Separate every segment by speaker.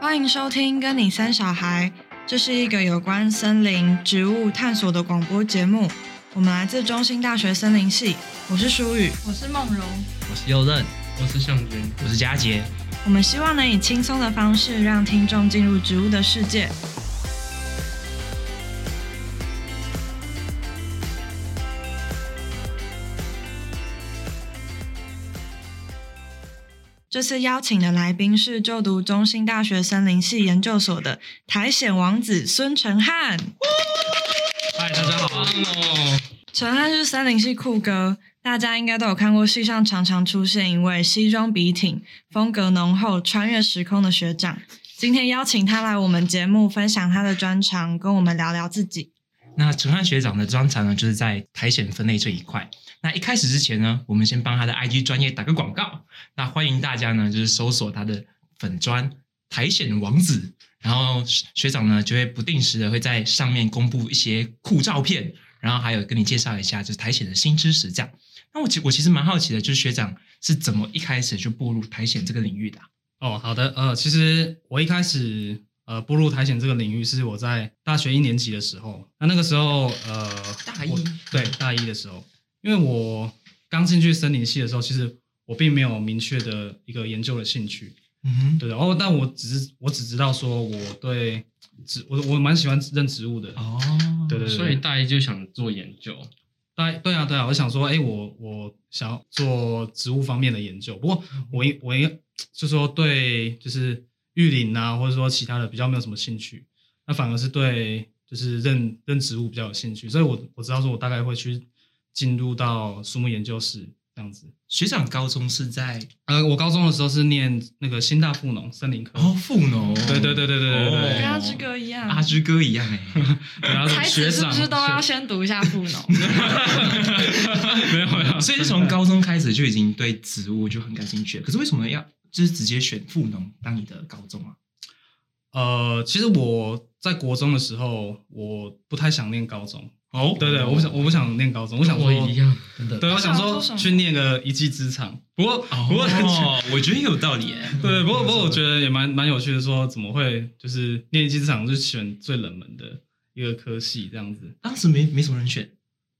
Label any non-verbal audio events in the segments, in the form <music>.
Speaker 1: 欢迎收听《跟你生小孩》，这是一个有关森林植物探索的广播节目。我们来自中兴大学森林系，我是舒雨。
Speaker 2: 我是梦柔，
Speaker 3: 我是右任，
Speaker 4: 我是向军，
Speaker 3: 我是佳杰。
Speaker 1: 我们希望能以轻松的方式让听众进入植物的世界。这次邀请的来宾是就读中兴大学森林系研究所的苔藓王子孙承翰。
Speaker 3: 嗨，大家好
Speaker 4: 棒。哦！
Speaker 1: 陈汉是森林系酷哥，大家应该都有看过，戏上常常出现一位西装笔挺、风格浓厚、穿越时空的学长。今天邀请他来我们节目分享他的专长，跟我们聊聊自己。
Speaker 3: 那陈汉学长的专长呢，就是在苔藓分类这一块。那一开始之前呢，我们先帮他的 IG 专业打个广告。那欢迎大家呢，就是搜索他的粉砖苔藓王子，然后学长呢就会不定时的会在上面公布一些酷照片，然后还有跟你介绍一下就是苔藓的新知识这样。那我其我其实蛮好奇的，就是学长是怎么一开始就步入苔藓这个领域的啊、
Speaker 4: 哦，好的，呃，其实我一开始呃步入苔藓这个领域是我在大学一年级的时候，那那个时候呃
Speaker 3: 大一
Speaker 4: 我对大一的时候，因为我刚进去森林系的时候，其实我并没有明确的一个研究的兴趣，
Speaker 3: 嗯哼，
Speaker 4: 对的。哦，但我只是我只知道说我对植我我蛮喜欢认植物的，
Speaker 3: 哦，
Speaker 4: 对对对，
Speaker 2: 所以大一就想做研究，
Speaker 4: 大对啊对啊，我想说，哎，我我想要做植物方面的研究，不过我应我应就说对，就是育林啊，或者说其他的比较没有什么兴趣，那反而是对就是认认植物比较有兴趣，所以我我知道说我大概会去进入到树木研究室这样子。
Speaker 3: 学长高中是在
Speaker 4: 呃，我高中的时候是念那个新大附农森林科，
Speaker 3: 哦富农，
Speaker 4: 对对对对对对对
Speaker 1: 跟
Speaker 4: 对，
Speaker 1: 阿志哥一样，
Speaker 3: 阿居哥一样哎、
Speaker 4: 然后
Speaker 1: 才
Speaker 4: 学
Speaker 1: 子嗯是
Speaker 4: 长
Speaker 1: 不是都要
Speaker 4: 学
Speaker 1: 先读一下富农？
Speaker 4: 没有没有，
Speaker 3: 所以是从高中开始就已经对植物就很感兴趣了。可是为什么要就是直接选富农当你的高中啊？
Speaker 4: 呃，其实我在国中的时候，我不太想念高中。
Speaker 3: 哦
Speaker 4: 对对，我不想，我不想念高中，我想说
Speaker 2: 跟我一样，
Speaker 3: 真的
Speaker 4: 对，我想
Speaker 1: 我想说
Speaker 4: 说
Speaker 1: 什么
Speaker 4: 去念个一技之长。不过，不过，
Speaker 3: 哦，我觉得有道理耶、
Speaker 4: <laughs> 对，不过，不过，我觉得也蛮蛮有趣的，说怎么会就是念一技之长就选最冷门的一个科系这样子，
Speaker 3: 当时没没什么人选，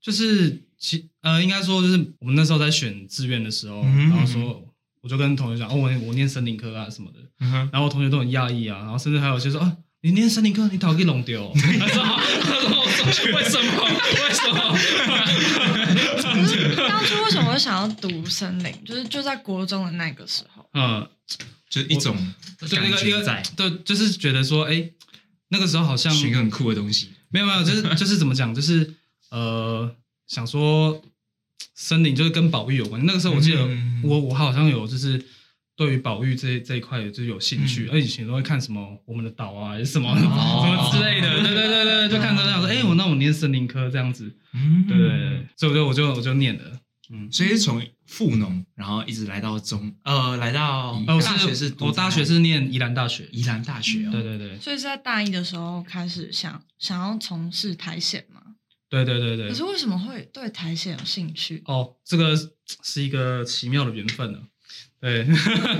Speaker 4: 就是其呃，应该说就是我们那时候在选志愿的时候，
Speaker 3: 嗯
Speaker 4: 然后说我就跟同学讲，哦，我我念森林科啊什么的，
Speaker 3: 嗯哼，
Speaker 4: 然后我同学都很讶异啊，然后甚至还有些说啊，你念森林课，你逃给弄
Speaker 3: <laughs>
Speaker 4: 丢、哦。他说啊他说我说为什么？为
Speaker 3: <laughs>
Speaker 4: 什么？
Speaker 1: 可是当初为什么会想要读森林？就是就在国中的那个时候，
Speaker 4: 嗯，
Speaker 3: 就是一种
Speaker 4: 就那
Speaker 3: 感
Speaker 4: 个一
Speaker 3: 觉
Speaker 4: 个
Speaker 3: 在
Speaker 4: 对，就是觉得说，哎，那个时候好像
Speaker 3: 选一个很酷的东西。
Speaker 4: 没有没
Speaker 3: <laughs>
Speaker 4: 有，就是就是怎么讲，就是呃，想说森林就是跟保育有关。那个时候我记得
Speaker 3: 嗯
Speaker 4: 我我好像有就是。对于保育这这一块就是有兴趣，
Speaker 3: 嗯
Speaker 4: 而且以前都会看什么我们的岛啊，还是什
Speaker 3: 哦
Speaker 4: 么、什么之类的，对对对对，就看到那样说，哎、我那我念森林科这样子，
Speaker 3: 嗯
Speaker 4: 对对对，所以我就我就我就念了，嗯，
Speaker 3: 所以是从富农，然后一直来到中呃，来到
Speaker 4: 呃，我
Speaker 3: 大学是读
Speaker 4: 我大学是念宜兰大学，
Speaker 3: 宜兰大学哦，
Speaker 4: 对对对
Speaker 1: 所以是在大一的时候开始想想要从事苔藓嘛。
Speaker 4: 对对对
Speaker 1: 可是
Speaker 4: 对。
Speaker 1: 为什么会对苔藓有兴趣？
Speaker 4: 哦，这个是一个奇妙的缘分呢、啊对， <laughs>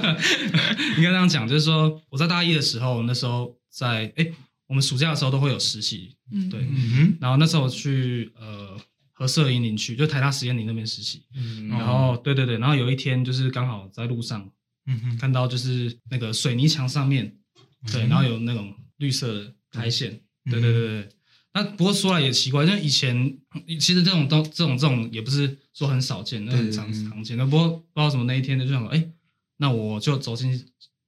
Speaker 4: 应该这样讲，就是说我在大一的时候，那时候在哎，我们暑假的时候都会有实习，
Speaker 1: 嗯，
Speaker 4: 对
Speaker 3: 嗯
Speaker 4: 然后那时候我去呃和社营林区，就台大实验林那边实习，
Speaker 2: 嗯
Speaker 3: 哦
Speaker 4: 然后对对对，然后有一天就是刚好在路上
Speaker 3: 哼，嗯哼，
Speaker 4: 看到就是那个水泥墙上面，对，
Speaker 3: 嗯
Speaker 4: 然后有那种绿色的苔藓，
Speaker 3: 嗯
Speaker 4: 对对对对。那不过说来也奇怪，因为以前其实这种东这种这种也不是说很少见，那
Speaker 3: 对
Speaker 4: 很常
Speaker 3: 嗯
Speaker 4: 常见。那不过不知道为什么那一天呢，就想说，哎，那我就走进去，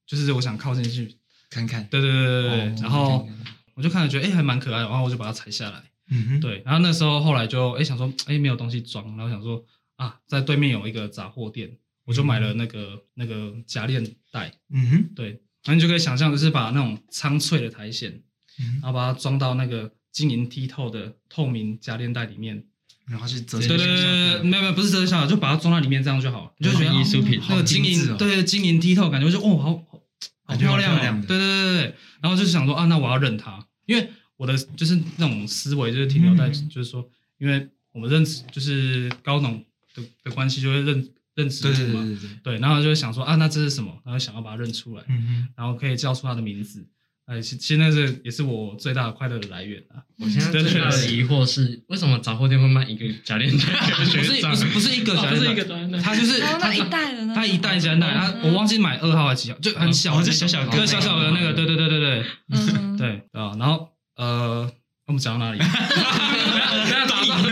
Speaker 4: 就是我想靠近去，
Speaker 3: 看看，
Speaker 4: 对对对对对。
Speaker 3: 哦
Speaker 4: 然后
Speaker 3: 看看
Speaker 4: 我就看了觉得哎还蛮可爱的，然后我就把它采下来。
Speaker 3: 嗯哼，
Speaker 4: 对，然后那时候后来就哎想说哎没有东西装，然后想说啊在对面有一个杂货店，我就买了那个那个夹链袋，
Speaker 3: 嗯哼，
Speaker 4: 对，然后你就可以想象，就是把那种苍翠的苔藓，
Speaker 3: 嗯
Speaker 4: 然后把它装到那个晶莹剔透的透明夹链袋里面。
Speaker 3: 然后是折
Speaker 4: 对
Speaker 3: 成
Speaker 4: 对
Speaker 3: 小
Speaker 4: 对
Speaker 3: 小
Speaker 4: 对，
Speaker 3: 的
Speaker 4: 没有没有，不是折叠小，就把它装到里面，这样就好了。你就觉得
Speaker 2: 嗯艺术品
Speaker 4: 哦那个晶
Speaker 3: 好精致哦
Speaker 4: 莹，对晶莹剔透，感觉就哦，好好好
Speaker 3: 感觉好
Speaker 4: 漂亮哦。
Speaker 3: 漂亮的
Speaker 4: 对对对对，然后就是想说啊，那我要认它，因为我的就是那种思维就是停留在，
Speaker 3: 嗯
Speaker 4: 就是说，因为我们认识就是高农的的关系，就会认认植
Speaker 3: 对对
Speaker 4: 物
Speaker 3: 对
Speaker 4: 嘛，
Speaker 3: 对对，
Speaker 4: 对，然后就会想说啊，那这是什么？然后想要把它认出来，
Speaker 3: 嗯哼，
Speaker 4: 然后可以叫出它的名字。哎，其其实那是也是我最大的快乐的来源啊。
Speaker 2: 我
Speaker 1: 嗯
Speaker 2: 现在最大的疑惑是，为什么杂货店会卖一个假链袋给
Speaker 4: 不
Speaker 2: 学
Speaker 4: 是
Speaker 2: 长？
Speaker 4: 不是不是一个
Speaker 2: 哦
Speaker 4: 假
Speaker 2: 不是
Speaker 4: 链
Speaker 2: 一个
Speaker 4: 袋，
Speaker 2: 假链袋，
Speaker 4: 它就是
Speaker 1: 然后
Speaker 4: 它
Speaker 1: 哦那一袋的那
Speaker 4: 它一袋一
Speaker 1: 种
Speaker 4: 袋奶，它
Speaker 1: 嗯
Speaker 4: 我忘记买二号还是几号，就很小
Speaker 3: 哦
Speaker 4: 的那种，
Speaker 3: 就小小的
Speaker 4: 对小小的那个，对对对对对
Speaker 1: 嗯，
Speaker 4: 对啊。然后呃，我们讲到哪 <laughs> 里？
Speaker 3: 打到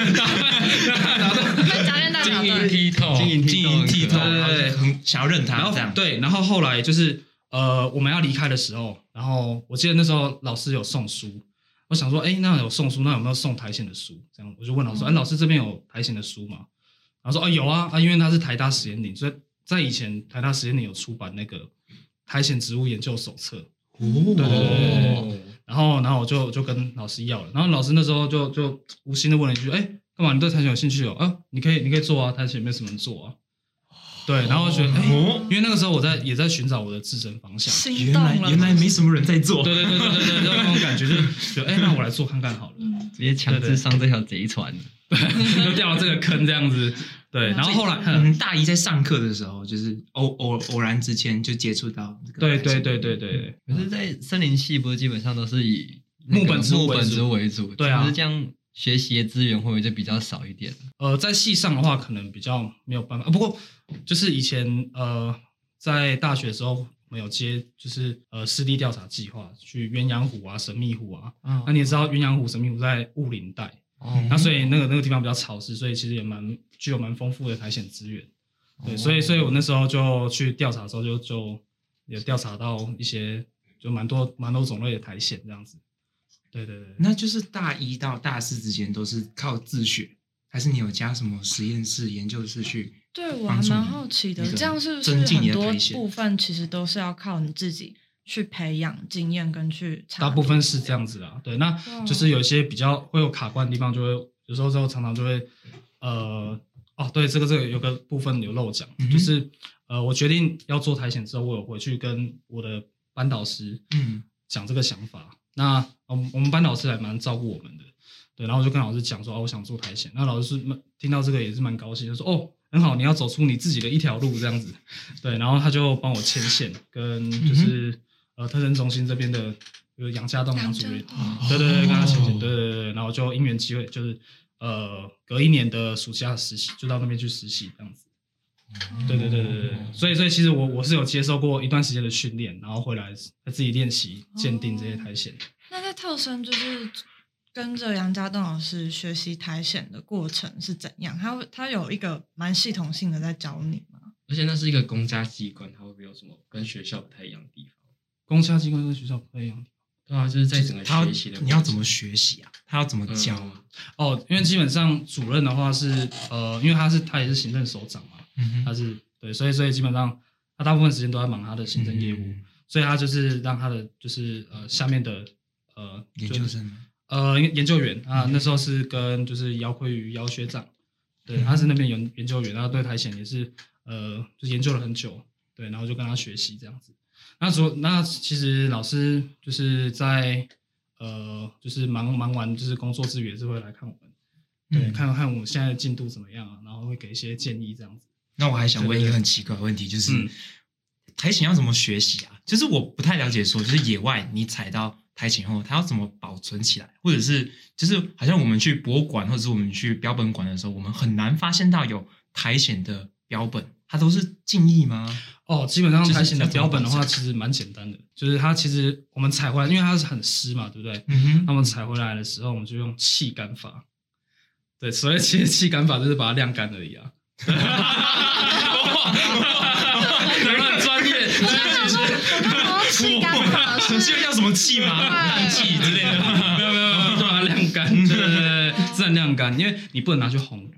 Speaker 1: 那夹链代
Speaker 2: 晶
Speaker 1: 表对
Speaker 2: 莹剔透，
Speaker 3: 哦晶莹
Speaker 5: 晶莹
Speaker 3: 剔
Speaker 5: 剔
Speaker 3: 透，
Speaker 5: 透
Speaker 3: 然后就很想要认
Speaker 4: 然
Speaker 3: 他
Speaker 4: 后
Speaker 3: 这样，
Speaker 4: 对，然后后来就是呃，我们要离开的时候，然后我记得那时候老师有送书，我想说，哎，那有送书，那有没有送台险的书？这样我就问老师，哎、
Speaker 1: 嗯
Speaker 4: 老师这边有台险的书吗？然后说，哦，有啊，啊，因为它是台大实验岭，所以在以前台大实验岭有出版那个苔藓植物研究手册，
Speaker 3: 哦，
Speaker 4: 对对对对然后然后我就就跟老师要了，然后老师那时候就就无心的问了一句，哎，干嘛你对苔藓有兴趣哦？啊，你可以你可以做啊，苔藓没什么人做啊。对，哎然后我觉得，哎、
Speaker 3: 哦，
Speaker 4: 因为那个时候我在也在寻找我的自身方向。
Speaker 1: 心
Speaker 3: 原
Speaker 1: 动
Speaker 3: 来
Speaker 1: 了，
Speaker 3: 原来没什么人在做，
Speaker 4: 对对对对对对，就那种感觉，就是觉得哎、那我来做看看好了，
Speaker 1: 嗯，
Speaker 5: 直接强制上这条贼船。
Speaker 4: 对，就掉到这个坑这样子。对，然后后来，
Speaker 3: 我
Speaker 4: 哼
Speaker 3: 们嗯大一在上课的时候，就是偶偶偶然之间就接触到这个
Speaker 4: 对
Speaker 3: 台
Speaker 4: 对
Speaker 3: 前
Speaker 4: 对对对对，
Speaker 5: 可是，在森林系不是基本上都是以那个
Speaker 4: 木本植物
Speaker 5: 木
Speaker 4: 为
Speaker 5: 本
Speaker 4: 主
Speaker 5: 植物为主？
Speaker 4: 对啊
Speaker 5: 只是这样学习的资源会不会就比较少一点？
Speaker 4: 呃，在系上的话可能比较没有办法，啊、不过就是以前呃在大学的时候，我们有接就是呃湿地调查计划，去鸳鸯湖啊、神秘湖啊。
Speaker 2: 哦
Speaker 3: 嗯
Speaker 4: 那你也知道鸳鸯湖、神秘湖在雾林带，
Speaker 5: 哦
Speaker 4: 那所以那个那个地方比较潮湿，所以其实也蛮具有蛮丰富的苔藓资源。
Speaker 2: 哦
Speaker 3: 哦
Speaker 4: 对，所以所以我那时候就去调查的时候就就也调查到一些就蛮多蛮多种类的苔藓这样子。对对对，
Speaker 3: 那就是大一到大四之前都是靠自学，还是你有加什么实验室、研究室去？
Speaker 1: 对我还蛮好奇的
Speaker 3: 帮助，你
Speaker 1: 这样是不是
Speaker 3: 增进
Speaker 1: 很
Speaker 3: 你的
Speaker 1: 多
Speaker 3: 苔藓
Speaker 1: 部分其实都是要靠你自己去培养经验跟去查
Speaker 4: 大
Speaker 1: 读？
Speaker 4: 部分是这样子啦。对，那
Speaker 3: 嗯
Speaker 4: 就是有一些比较会有卡关的地方，就会有时候就常常就会呃哦，对，这个这个有个部分有漏讲，
Speaker 3: 嗯哼
Speaker 4: 就是呃我决定要做苔藓之后，我有回去跟我的班导师
Speaker 3: 嗯，
Speaker 4: 讲这个想法。那我们我们班老师还蛮照顾我们的，对，然后我就跟老师讲说，哦，我想做苔藓。那老师蛮听到这个也是蛮高兴，就说，哦，很好，你要走出你自己的一条路这样子，对，然后他就帮我牵线，跟就是、呃特征中心这边的，就是杨家栋杨主任
Speaker 1: 杨家栋，
Speaker 4: 对对对，跟他牵
Speaker 3: 哦
Speaker 4: 线，对对对对，然后就因缘机会，就是呃隔一年的暑假实习，就到那边去实习这样子。
Speaker 3: 嗯
Speaker 4: 对对对对对，对所以所以其实我我是有接受过一段时间的训练，然后回来再自己练习鉴定这些苔藓。
Speaker 1: 那在特生就是跟着杨家栋老师学习苔藓的过程是怎样？他会他有一个蛮系统性的在教你 <laughs> 吗？
Speaker 2: 而且那是一个公家机关，它会不会有什么跟学校不太一样的地方？
Speaker 4: 公家机关跟学校不太一样
Speaker 2: 对啊，就是在整
Speaker 4: 嗯
Speaker 2: 个
Speaker 3: 他
Speaker 2: 学习的，
Speaker 3: 你要怎么？学习啊？他要怎么教啊？
Speaker 4: 哦，因为基本上主任的话是呃，因为他是他也是行政首长嘛，
Speaker 3: 嗯
Speaker 4: 他是对，所以所以基本上他大部分时间都在忙他的行政业务，
Speaker 3: 嗯
Speaker 4: 所以他就是让他的就是呃下面的呃
Speaker 3: 研
Speaker 4: 就
Speaker 3: 究生嗯吗
Speaker 4: 呃研究员
Speaker 3: 嗯
Speaker 4: 啊，那时候是跟就是姚奎宇姚学长，
Speaker 3: 嗯
Speaker 4: 对，他是那边研研究员，他对苔藓也是呃就研究了很久，对，然后就跟他学习这样子。那时候那其实老师就是在呃就是忙忙完就是工作之余也是会来看我们，对，
Speaker 3: 嗯
Speaker 4: 看看我们现在的进度怎么样啊，然后会给一些建议这样子。
Speaker 3: 那我还想问一
Speaker 4: 对对
Speaker 3: 个
Speaker 4: 对
Speaker 3: 很奇怪的问题，就是
Speaker 4: 嗯
Speaker 3: 苔藓要怎么学习啊？就是我不太了解说，就是野外你采到苔藓后，它要怎么保存起来，或者是就是好像我们去博物馆或者是我们去标本馆的时候，我们很难发现到有苔藓的标本，它都是静谧吗？
Speaker 4: 哦，基本上
Speaker 3: 就是
Speaker 4: 苔藓的
Speaker 3: 这种
Speaker 4: 标本的话，
Speaker 3: 东西
Speaker 4: 其实蛮简单的，就是它其实我们采回来，因为它是很湿嘛，对不对？
Speaker 3: 嗯
Speaker 4: 那，么采回来的时候，我们就用气干法。对，所以其实气干法就是把它晾干而已啊。 <laughs>
Speaker 2: 能很专业，
Speaker 1: 我刚想说，我刚想说
Speaker 3: <laughs>
Speaker 1: 气干法
Speaker 3: 你记得
Speaker 1: 是
Speaker 3: 要什么气吗？
Speaker 1: 对
Speaker 3: 氮气之类的。
Speaker 4: 没有没有没有，就把它晾干，对对对对，自然晾干，因为你不能拿去烘。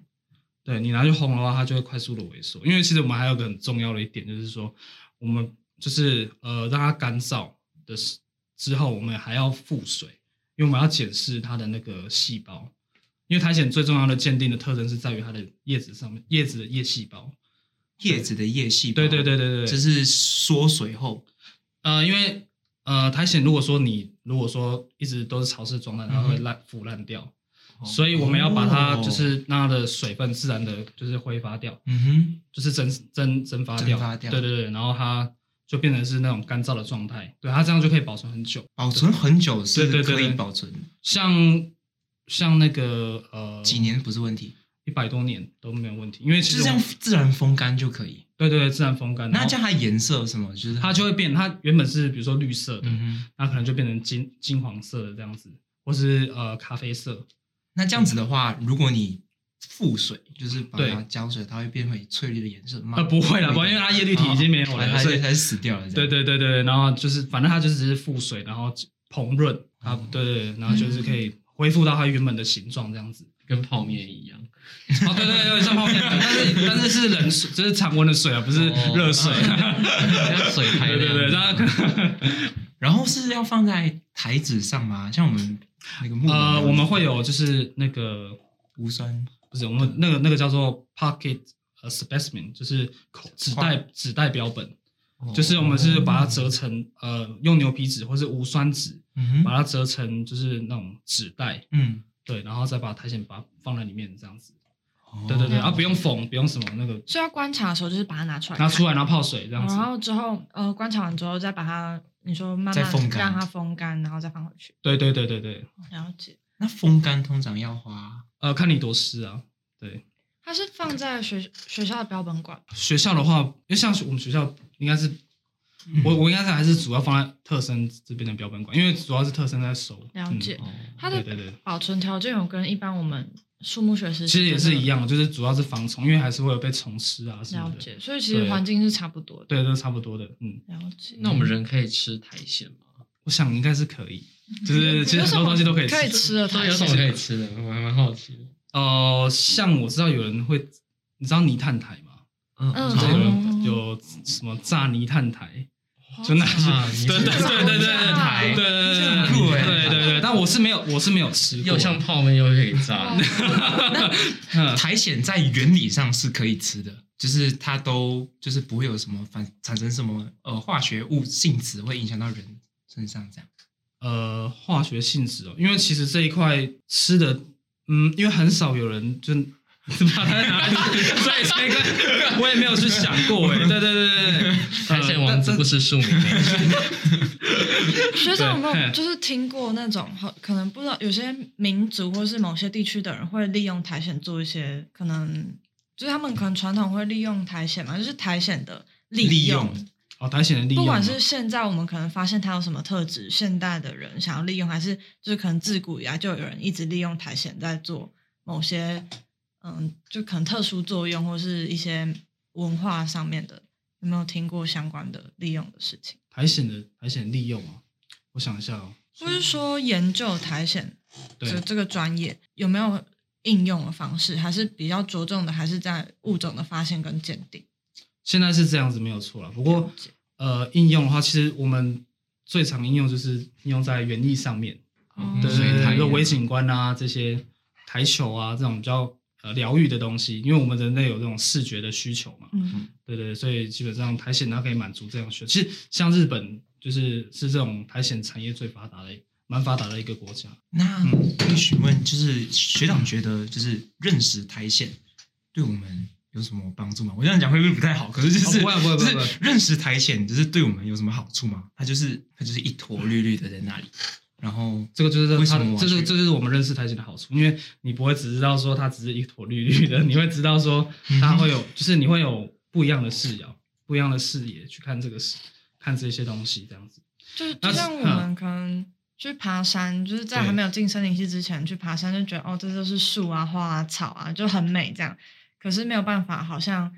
Speaker 4: 对你拿去烘的话，它就会快速的萎缩。因为其实我们还有个很重要的一点，就是说我们就是呃让它干燥的时之后，我们还要复水，因为我们要检视它的那个细胞。因为苔藓最重要的鉴定的特征是在于它的叶子上面，叶子的叶细胞。
Speaker 3: 叶子的叶细胞，
Speaker 4: 对对对对对，
Speaker 3: 这是缩水后，
Speaker 4: 呃，因为
Speaker 3: 嗯
Speaker 4: 呃，苔藓如果说你如果说一直都是潮湿状态，它会烂腐烂掉，
Speaker 3: 哦
Speaker 4: 所以我们要把它就是让它的水分自然的就是挥发掉，
Speaker 3: 嗯
Speaker 4: 就是蒸蒸蒸发掉，
Speaker 3: 蒸发掉
Speaker 4: 对对对，然后它就变成是那种干燥的状态，对它这样就可以保存很久
Speaker 3: 哼，。保存很久
Speaker 4: 对
Speaker 3: 是
Speaker 4: 对对
Speaker 3: 可
Speaker 4: 对
Speaker 3: 以保存的，
Speaker 4: 像像那个呃
Speaker 3: 几年不是问题，
Speaker 4: 一百多年都没有问题，因为其
Speaker 3: 就
Speaker 4: 实
Speaker 3: 是这样
Speaker 4: 我
Speaker 3: 自然风干就可以。
Speaker 4: 对对对，自然风干，
Speaker 3: 那
Speaker 4: 然后
Speaker 3: 这样它颜色什么？就是
Speaker 4: 它就会变，它原本是比如说绿色的，
Speaker 3: 嗯哼，
Speaker 4: 那可能就变成金金黄色的这样子，或是呃咖啡色，
Speaker 3: 那这样子的话，如果你覆水，就是把它
Speaker 4: 对
Speaker 3: 浇水，它会变回翠绿的颜色吗？
Speaker 4: 呃不会啦，不会，因为它叶绿体已经没有
Speaker 3: 哦
Speaker 4: 了，
Speaker 3: 它
Speaker 4: 所以
Speaker 3: 就它就死掉了。这
Speaker 4: 对
Speaker 3: 样，
Speaker 4: 对对对，然后就是反正它就只是覆水，然后膨润啊
Speaker 3: 嗯，
Speaker 4: 对对对，然后就是可以恢复到它原本的形状这样
Speaker 3: <laughs>
Speaker 4: 子。
Speaker 2: 跟泡面一
Speaker 5: <laughs>
Speaker 2: 样。
Speaker 4: 哦，对对对，有点像泡面，但是但是是冷水，就是常温的水啊，不是
Speaker 5: 哦
Speaker 3: <laughs>
Speaker 4: 热水。
Speaker 5: 像水排
Speaker 4: 对对对，
Speaker 5: 那
Speaker 4: 那
Speaker 5: 样
Speaker 3: 然后是要放在台子上吗？像我们那个木门那
Speaker 4: 呃，
Speaker 3: 样子
Speaker 4: 我们会有就是那个
Speaker 3: 无酸
Speaker 4: 不是我们那个那个叫做 pocket 呃 specimen，就是口纸袋纸袋标本，
Speaker 3: 哦
Speaker 4: 就是我们是把它折成呃用牛皮纸或是无酸纸
Speaker 3: 嗯哼
Speaker 4: 把它折成就是那种纸袋，
Speaker 3: 嗯，
Speaker 4: 对，然后再把苔藓把它放在里面这样子。
Speaker 3: 哦
Speaker 4: 对对对，
Speaker 1: 了
Speaker 4: 啊，不用缝，不用什么那个，
Speaker 1: 所以要观察的时候就是把它拿出来看，
Speaker 4: 拿出来然后泡水这样子
Speaker 1: 然。后之后呃观察完之后再把它，你说慢
Speaker 3: 再
Speaker 1: 慢
Speaker 3: 风干
Speaker 1: 让它风干，然后再放回去。
Speaker 4: 对对对对对，
Speaker 1: 了解，
Speaker 3: 那风干通常要花
Speaker 4: 呃，看你多湿啊。对，
Speaker 1: 它是放在学学校的标本馆，
Speaker 4: 学校的话，因为像我们学校应该是，我我应该是还是主要放在特生这边的标本馆，因为主要是特生在收。
Speaker 1: 了解
Speaker 4: 嗯
Speaker 2: 哦
Speaker 1: 它的
Speaker 4: 对对对
Speaker 1: 保存条件有跟一般我们树木学时
Speaker 4: 其实也是一样的，就是主要是防虫，因为还是会有被虫吃啊什
Speaker 1: 了
Speaker 4: 么的。
Speaker 1: 解，所以其实环境是差不多的。
Speaker 4: 对，都是差不多的。嗯，
Speaker 1: 了解，
Speaker 2: 那我们人可以吃苔藓吗？
Speaker 4: 我想应该是可以，就是其实
Speaker 1: 有
Speaker 4: 很
Speaker 1: 什
Speaker 4: 多
Speaker 1: 么
Speaker 4: 东西都可以吃。
Speaker 1: 可以吃的
Speaker 2: 对，
Speaker 1: 苔
Speaker 2: 有什么可
Speaker 1: 藓，
Speaker 2: 以吃的？我还蛮好奇的。
Speaker 4: 呃，像我知道有人会，你知道泥炭苔吗？
Speaker 1: 嗯
Speaker 4: 就是有
Speaker 1: 哦
Speaker 4: 人有什么炸泥炭苔，就那些
Speaker 2: 啊，你
Speaker 4: <laughs> 对对对
Speaker 2: 是
Speaker 4: 对对
Speaker 1: <laughs>
Speaker 4: 对对对对对
Speaker 1: 欸
Speaker 4: 对对对，但我是没有，我是没有吃过。
Speaker 2: 又像泡面又可以炸
Speaker 1: 哇，
Speaker 4: 啊嗯
Speaker 3: 苔藓在原理上是可以吃的，就是它都就是不会有什么反产生什么呃化学物性质会影响到人身上这样。
Speaker 4: 呃化学性质哦，因为其实这一块吃的，嗯，因为很少有人就 <laughs> 把它拿来吃， <laughs> 所以这个我也没有去想过哎，对对对对对，
Speaker 2: <laughs> 苔藓王子不吃树莓。
Speaker 4: <laughs>
Speaker 1: 哦学长有没
Speaker 4: 对
Speaker 1: 有就是听过那种可能不知道有些民族或是某些地区的人会利用苔藓做一些可能就是他们可能传统会利用苔藓嘛，就是苔藓的利
Speaker 3: 利
Speaker 1: 用，
Speaker 3: 用
Speaker 4: 哦苔藓的利用
Speaker 1: 不
Speaker 4: 哦，
Speaker 1: 管是现在我们可能发现它有什么特质，现代的人想要利用，还是就是可能自古以来就有人一直利用苔藓在做某些嗯，就可能特殊作用或是一些文化上面的，有没有听过相关的利用的事情？
Speaker 4: 苔藓的苔藓利用啊，我想一下哦，
Speaker 1: 或是说研究苔藓
Speaker 4: 对
Speaker 1: 这这个专业有没有应用的方式，还是比较着重的，还是在物种的发现跟鉴定？
Speaker 4: 现在是这样子没有错了，不过
Speaker 1: 了解
Speaker 4: 呃应用的话，其实我们最常应用就是应用在园艺上面。
Speaker 1: 嗯
Speaker 4: 对
Speaker 3: 所以
Speaker 4: 对
Speaker 3: 它
Speaker 4: 对，
Speaker 3: 也
Speaker 4: 就微景观啊，这些台球啊，这种比较呃疗愈的东西，因为我们人类有这种视觉的需求嘛，
Speaker 1: 嗯，
Speaker 4: 对对，对所以基本上苔藓它可以满足这样的需求。其实像日本就是是这种苔藓产业最发达的、蛮发达的一个国家。
Speaker 3: 那
Speaker 4: 嗯
Speaker 3: 可以询问，就是学长觉得就是认识苔藓对我们有什么帮助吗？我这样讲会不会不太好？可是就是、
Speaker 4: 哦不会不会
Speaker 3: 就
Speaker 4: 不会
Speaker 3: 是认识苔藓就是对我们有什么好处吗？它就是它就是一坨绿绿的在那里，然后
Speaker 4: 这个就是
Speaker 3: 为
Speaker 4: 它
Speaker 3: 什么
Speaker 4: 的，
Speaker 3: 我
Speaker 4: 这
Speaker 3: 去
Speaker 4: 就这就是我们认识苔藓的好处，因为你不会只知道说它只是一坨绿绿的，你会知道说它会有， <laughs> 就是你会有不一样的视角、不一样的视野去看这个事、看这些东西，这样子。
Speaker 1: 就是
Speaker 4: 那
Speaker 1: 就像
Speaker 4: 是
Speaker 1: 我们可能去爬山，就是在还没有进森林系之前去爬山，就觉得哦，这就是树啊、花啊、草啊，就很美这样。可是没有办法，好像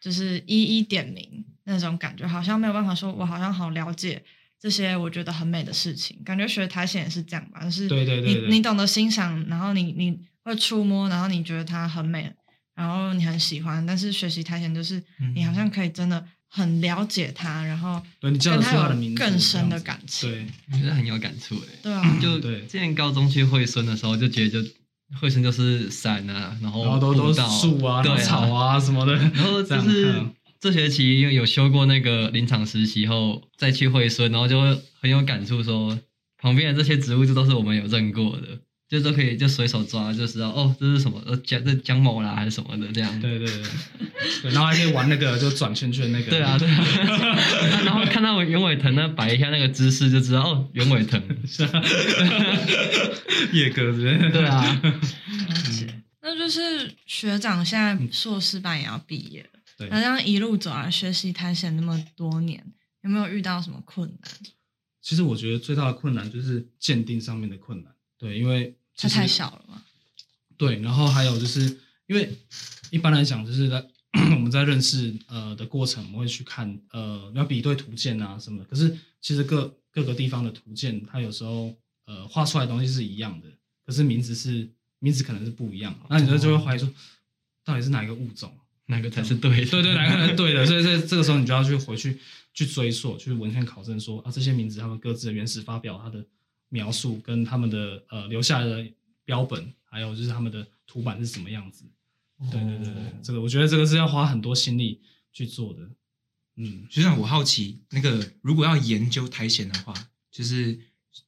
Speaker 1: 就是一一点名那种感觉，好像没有办法说，我好像好了解这些我觉得很美的事情。感觉学苔藓也是这样吧，就是
Speaker 4: 对对对对
Speaker 1: 你你懂得欣赏，然后你你会触摸，然后你觉得它很美，然后你很喜欢。但是学习苔藓就是
Speaker 3: 嗯
Speaker 1: 你好像可以真的很了解它，然后
Speaker 4: 对你叫得
Speaker 1: 跟
Speaker 4: 出它
Speaker 1: 它
Speaker 4: 的名
Speaker 1: 有
Speaker 4: 字，
Speaker 1: 更深
Speaker 4: 这样
Speaker 1: 的
Speaker 4: 子
Speaker 1: 感情。
Speaker 4: 对。
Speaker 5: 我觉得很有感触哎。
Speaker 1: 对啊，
Speaker 5: 就
Speaker 4: 嗯对
Speaker 5: 之前高中去惠孙的时候，就觉得就惠孙就是山啊，然后
Speaker 4: 然后都都
Speaker 5: 步
Speaker 4: 是
Speaker 5: 道
Speaker 4: 树啊、
Speaker 5: 对
Speaker 4: 然后草，啊什么的，
Speaker 5: 然后
Speaker 4: 这
Speaker 5: 就
Speaker 4: 样
Speaker 5: 是
Speaker 4: 嗯
Speaker 5: 这学期有修过那个林场实习后，再去惠孙，然后就会很有感触，说旁边的这些植物就都是我们有认过的，就都可以就随手抓，就知道哦这是什么，呃姜这姜某啦还是什么的这样。
Speaker 4: 对对啊对，对，然后还可以玩那个就转圈圈那个。
Speaker 5: 对啊，对啊，
Speaker 4: <laughs>
Speaker 5: 啊 <laughs> 然后看到圆尾藤呢，摆一下那个姿势就知道哦，圆尾藤。
Speaker 4: 叶哥之类的。
Speaker 5: 对啊，
Speaker 4: 嗯
Speaker 1: 那就是学长现在硕士班也要毕业了，
Speaker 4: 对
Speaker 1: 那这样一路走来学习探险那么多年，有没有遇到什么困难？
Speaker 4: 其实我觉得最大的困难就是鉴定上面的困难，对，因为
Speaker 1: 它
Speaker 4: 其实
Speaker 1: 太小了嘛，
Speaker 4: 对，然后还有就是因为一般来讲，就是在 <clears throat> 我们在认识呃的过程，我们会去看呃要比对图鉴啊什么的。可是其实各各个地方的图鉴，它有时候呃画出来的东西是一样的，可是名字是名字可能是不一样的，那你就就
Speaker 1: 哦
Speaker 4: 会怀疑说，到底是哪一个物种？啊
Speaker 5: 哪个才是对的？
Speaker 4: 对对，哪个人对的，所以这这个时候你就要去回去去追溯，去文献考证说啊，这些名字他们各自的原始发表，它的描述跟他们的呃留下来的标本，还有就是他们的图版是什么样子。对对对对，这个我觉得这个是要花很多心力去做的。嗯，
Speaker 3: 学长，我好奇，那个如果要研究苔藓的话，就是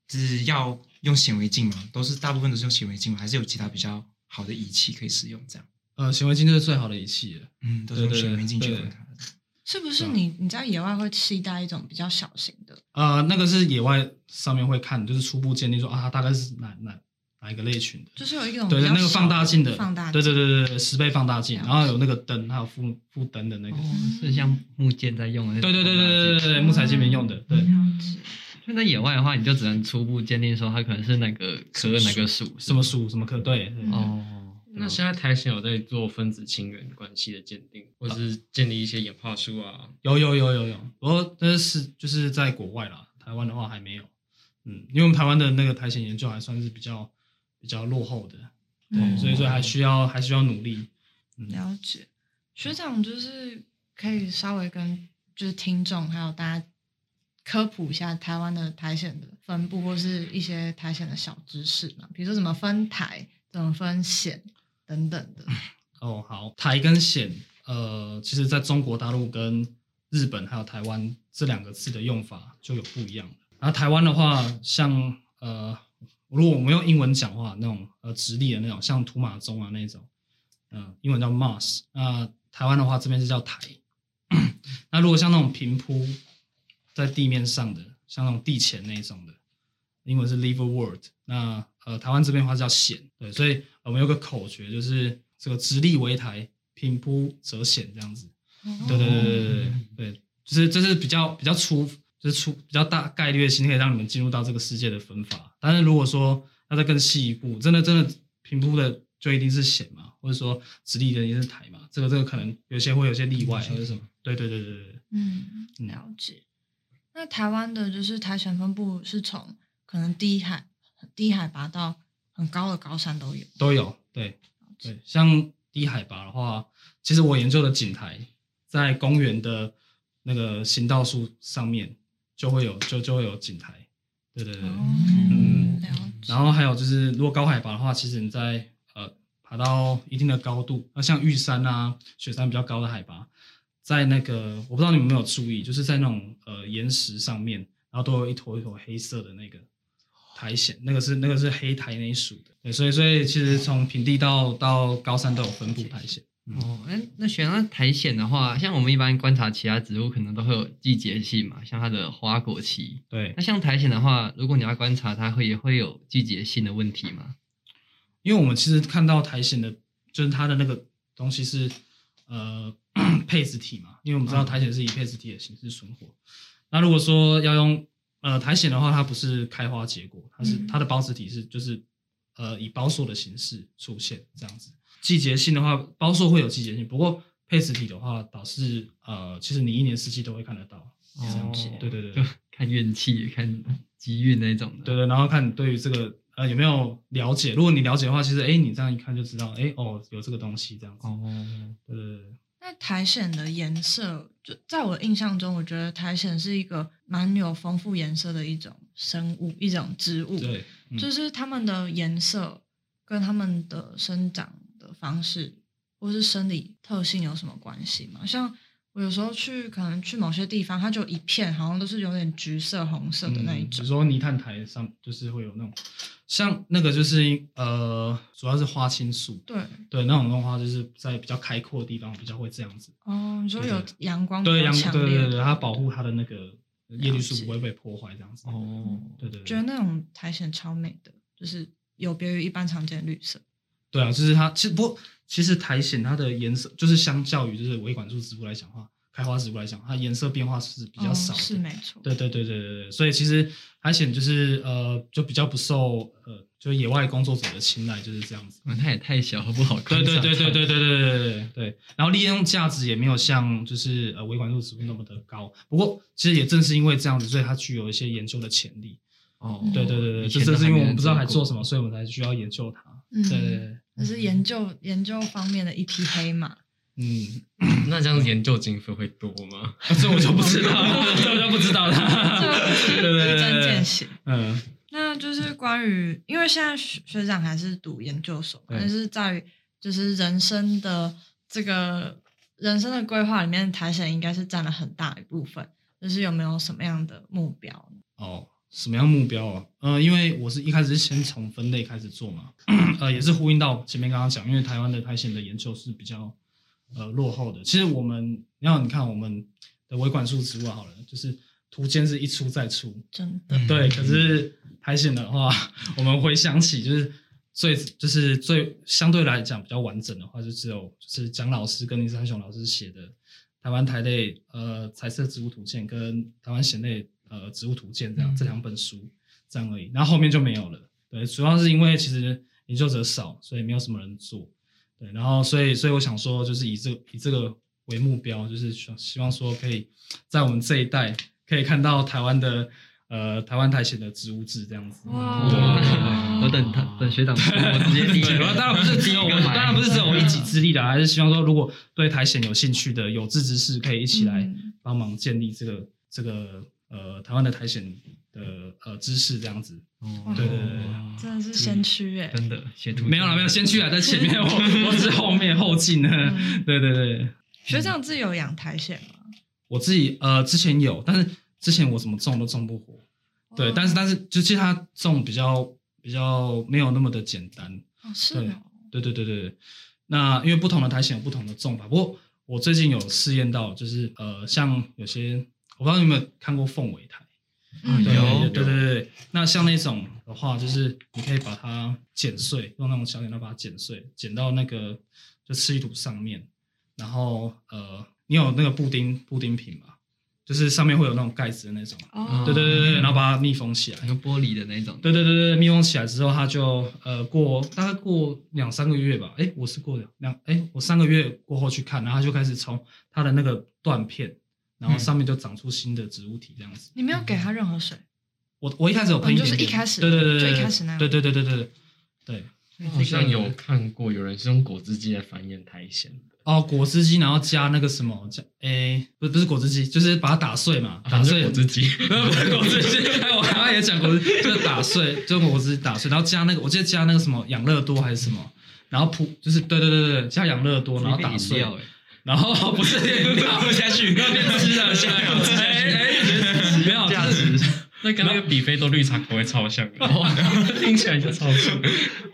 Speaker 3: 就是要用显微镜吗？都是大部分都是用显微镜吗？还是有其他比较好的仪器可以使用？这样，
Speaker 4: 呃，显微镜就是最好的仪器了。
Speaker 3: 嗯，都是用
Speaker 4: 对对
Speaker 3: 显微镜去
Speaker 4: 对
Speaker 3: 观察的。
Speaker 1: 是不
Speaker 4: 啊
Speaker 1: 是你？你在野外会期待一种比较小型的？
Speaker 4: 呃，那个是野外上面会看，就是初步鉴定说啊，它大概是哪哪哪一个类群的。
Speaker 1: 就是有一种哦
Speaker 4: 对
Speaker 1: 比
Speaker 4: 对，
Speaker 1: 较
Speaker 4: 那个放大镜的，
Speaker 1: 小放大镜，
Speaker 4: 对对对对对，十倍放大镜，
Speaker 1: 了
Speaker 4: 然
Speaker 1: 解
Speaker 4: 后有那个灯，还有副副灯的那个，
Speaker 5: 哦，是像木剑在用的那种
Speaker 4: 对对对对对对
Speaker 5: 大镜
Speaker 4: 对，木材界面用的，对
Speaker 1: 了解
Speaker 5: 就在野外的话，你就只能初步鉴定说它可能是哪个科哪个属
Speaker 4: 什么树什么科，对，对
Speaker 1: 嗯
Speaker 5: 哦。
Speaker 2: 那现在苔藓有在做分子亲缘关系的鉴定，或是建立一些演化树啊，
Speaker 4: 有有有有有，不过但是就是在国外啦，台湾的话还没有，嗯，因为我们台湾的那个苔藓研究还算是比较比较落后的，对，
Speaker 1: 嗯
Speaker 4: 所以说还需要还需要努力，嗯，
Speaker 1: 了解。学长就是可以稍微跟就是听众还有大家科普一下台湾的苔藓的分布，或是一些苔藓的小知识嘛，比如说怎么分苔、怎么分藓等等的。
Speaker 4: 哦好，苔跟藓，呃，其实在中国大陆跟日本还有台湾这两个字的用法就有不一样了。然后台湾的话，像呃，如果我们用英文讲话，那种呃直立的那种，像土马鬃啊那种，嗯、英文叫 moss。那台湾的话，这边是叫台。那如果像那种平铺在地面上的，像那种地钱那种的，英文是 liverwort。那呃，台湾这边的话叫藓。对，所以我们有个口诀，就是这个直立为台，平铺则藓这样子。对对对
Speaker 1: 哦
Speaker 4: 对对对对，就是这是比较比较粗，就是粗比较大概率的性，可以让你们进入到这个世界的分法。但是如果说要再更细一步，真的真的平铺的就一定是显嘛，或者说直立的一定是抬嘛，这个这个可能有些会有些例外或者什么。对对对对对对，
Speaker 1: 嗯，
Speaker 4: 嗯
Speaker 1: 了解。那台湾的就是苔藓分布是从可能低海低海拔到很高的高山都有。
Speaker 4: 都有。对对，像低海拔的话，其实我研究的景台在公园的那个行道树上面就会有就就会有景台。对对对。对
Speaker 1: 嗯，哦了解
Speaker 4: 然。后还有就是，如果高海拔的话，其实你在呃爬到一定的高度，那像玉山啊、雪山比较高的海拔，在那个我不知道你们有没有注意，就是在那种呃岩石上面，然后都有一坨一坨黑色的那个苔藓，那个是那个是黑苔那一属的。对，所以所以其实从平地到到高山都有分布苔藓。
Speaker 5: 哦，那那选那苔藓的话，像我们一般观察其他植物，可能都会有季节性嘛，像它的花果期。
Speaker 4: 对，
Speaker 5: 那像苔藓的话，如果你要观察它，会也会有季节性的问题吗？
Speaker 4: 因为我们其实看到苔藓的，就是它的那个东西是呃配子体嘛，因为我们知道苔藓是以配子体的形式存活。那如果说要用呃苔藓的话，它不是开花结果，它是
Speaker 1: 嗯
Speaker 4: 它的孢子体是就是呃以孢硕的形式出现这样子。季节性的话，孢硕会有季节性，不过配子体的话，倒是呃其实你一年四季都会看得到。
Speaker 5: 哦
Speaker 4: 对对对
Speaker 5: 就看运气、看机遇那种的。
Speaker 4: 对对，然后看你对于这个呃有没有了解，如果你了解的话，其实哎你这样一看就知道，哎哦有这个东西这样子。
Speaker 5: 哦，
Speaker 4: 对对对。
Speaker 1: 那苔藓的颜色，就在我印象中，我觉得苔藓是一个蛮有丰富颜色的一种生物，一种植物。
Speaker 4: 对，嗯
Speaker 1: 就是它们的颜色跟它们的生长的方式或是生理特性有什么关系吗？像我有时候去，可能去某些地方，它就一片好像都是有点橘色、红色的那一
Speaker 4: 嗯比
Speaker 1: 种
Speaker 4: 如。说泥炭台上就是会有那种像那个就是呃，主要是花青素，
Speaker 1: 对，
Speaker 4: 对那种的话，就是在比较开阔的地方比较会这样子。
Speaker 1: 哦，你说
Speaker 4: 对
Speaker 1: 有
Speaker 4: 对
Speaker 1: 阳光哦比
Speaker 4: 对
Speaker 1: 较
Speaker 4: 阳，
Speaker 1: 强
Speaker 4: 对
Speaker 1: 烈
Speaker 4: 对对，
Speaker 1: 的，
Speaker 4: 它保护它的那个叶绿
Speaker 1: 了
Speaker 4: 素
Speaker 1: 解
Speaker 4: 不会被破坏这样子。
Speaker 3: 哦，
Speaker 4: 对对
Speaker 1: 觉得
Speaker 4: 对，
Speaker 1: 那种苔藓超美的，就是有别于一般常见的绿色。
Speaker 4: 对啊，就是它其实不过其实苔藓它的颜色就是相较于就是维管束植物来讲的话，开花植物来讲，它颜色变化是比较少
Speaker 1: 哦
Speaker 4: 的。
Speaker 1: 是没错。
Speaker 4: 对对对对对对，所以其实苔藓就是呃，就比较不受呃，就野外工作者的青睐，就是这样子。
Speaker 5: 嗯它也太小，不好
Speaker 4: 对
Speaker 5: 观
Speaker 4: 对
Speaker 5: 赏。
Speaker 4: 对对
Speaker 5: <laughs>
Speaker 4: 对对对对对对对。然后利用价值也没有像就是呃维管束植物那么的高，不过其实也正是因为这样子，所以它具有一些研究的潜力。
Speaker 5: 哦，
Speaker 3: <laughs>
Speaker 4: 对对对对，
Speaker 5: 以
Speaker 4: 就
Speaker 5: 前
Speaker 4: 正
Speaker 5: 都
Speaker 4: 是
Speaker 5: 还
Speaker 4: 因为
Speaker 5: 没
Speaker 4: 我们
Speaker 5: 人
Speaker 4: 不知道
Speaker 5: 做
Speaker 4: 还
Speaker 5: 过
Speaker 4: 做什么，所以我们才需要研究它。
Speaker 1: 嗯
Speaker 4: 对对对，对
Speaker 1: 可是研究 <laughs> 研究方面的一匹黑马，
Speaker 4: 嗯，
Speaker 2: 那这样子研究经费会多吗？
Speaker 4: 啊这我就不知道， <laughs> 这我就不知道了。
Speaker 1: 这个
Speaker 4: 啊对对对
Speaker 1: 一针
Speaker 4: 对
Speaker 1: 见
Speaker 4: 对，
Speaker 1: 血。
Speaker 4: <laughs> 嗯，
Speaker 1: 那就是关于，因为现在学学长还是读研究所嘛，
Speaker 4: 对
Speaker 1: 但是在于就是人生的这个人生的规划里面，苔藓应该是占了很大一部分。就是有没有什么样的目标呢？
Speaker 4: 哦，什么样目标啊？呃，因为我是一开始是先从分类开始做嘛， <clears throat> 呃，也是呼应到前面刚刚讲，因为台湾的苔藓的研究是比较呃落后的。其实我们，然后你看我们的维管束植物好了，就是图鉴是一出再出，
Speaker 1: 真的，
Speaker 3: 嗯
Speaker 4: 对，可是苔藓的话， <laughs> 我们回想起就是最就是最相对来讲比较完整的话，就只有就是蒋老师跟林山雄老师写的《台湾苔类呃彩色植物图鉴》跟《台湾藓类呃植物图鉴》这样、
Speaker 3: 嗯
Speaker 4: 这两本书这样而已，然后后面就没有了。对，主要是因为其实研究者少，所以没有什么人做。对，然后所以所以我想说，就是以这个以这个为目标，就是希希望说可以在我们这一代可以看到台湾的呃台湾苔藓的植物志这样子。
Speaker 1: 哇
Speaker 5: 哇我等他等学长出，我直接第一
Speaker 4: 对
Speaker 5: 个，
Speaker 4: 当然不是只有我，当然不是只有我一己
Speaker 5: 己。
Speaker 4: 之力的，还是希望说，如果对苔藓有兴趣的有志之士，可以一起来
Speaker 1: 嗯
Speaker 4: 帮忙建立这个这个呃台湾的苔藓的呃知识这样子。
Speaker 5: 哦
Speaker 4: 对对对对
Speaker 1: 真的是先驱哎、
Speaker 5: 真的学徒
Speaker 4: 没有了，没有，先去啊，在前面， <laughs> 我我是后面后进呢。 <laughs>
Speaker 1: 嗯
Speaker 4: 对对对，
Speaker 1: 学长自己有养苔藓吗？
Speaker 4: 我自己呃之前有，但是之前我怎么种都种不活。对，
Speaker 1: 哦
Speaker 4: 但是但是就其实它种比较比较没有那么的简单。
Speaker 1: 哦是
Speaker 4: 对
Speaker 1: 哦，
Speaker 4: 对对对对对。那因为不同的苔藓有不同的种法，不过我最近有试验到，就是呃，像有些我不知道你有没有看过凤尾苔，
Speaker 1: 嗯
Speaker 4: 对
Speaker 5: 有
Speaker 4: 对对对对。那像那种的话，就是你可以把它剪碎，用那种小剪刀把它剪碎，剪到那个就吃一土上面，然后呃，你有那个布丁布丁瓶嘛，就是上面会有那种盖子的那种，
Speaker 1: 哦，
Speaker 4: 对对对对，然后把它密封起来
Speaker 5: 那。个玻璃的那种，
Speaker 4: 对对对对，密封起来之后，它就呃过大概过两三个月吧，诶，我是过两两诶，我三个月过后去看，然后它就开始从它的那个断片，然后上面就长出新的植物体这样子。
Speaker 1: 你没有给它任何水，
Speaker 4: 我我一开始有喷
Speaker 1: 哦
Speaker 4: 一
Speaker 1: 就是
Speaker 4: 点点，
Speaker 1: 一开始
Speaker 4: 对对对
Speaker 1: 就
Speaker 4: 对，
Speaker 1: 一开始那样
Speaker 4: 对对对对对对对。
Speaker 2: 我好像有看过有人是用果汁机来繁衍苔藓的，
Speaker 4: 哦，果汁机，然后加那个什么，加诶，不是不是果汁机，就是把它打碎嘛，打
Speaker 2: 反正
Speaker 4: 碎
Speaker 2: 啊果汁机。
Speaker 4: 没 <laughs> 有，不是果汁机。哎，我刚刚也讲果汁，就是打碎，就果汁打碎，然后加那个，我记得加那个什么养乐多还是什么，然后铺，就是对对对对，加养乐多，然后打
Speaker 5: 直接
Speaker 4: 碎
Speaker 2: 欸
Speaker 5: 变饮，料哎，
Speaker 4: 然
Speaker 2: <laughs>
Speaker 4: 后不是啊
Speaker 3: 喝下去，
Speaker 4: 那边吃的，
Speaker 3: 下去
Speaker 4: 对哎哎，没有
Speaker 5: 价
Speaker 4: 就是
Speaker 5: 值
Speaker 2: 那跟那个比菲多绿茶口味超像的，听起来就超像。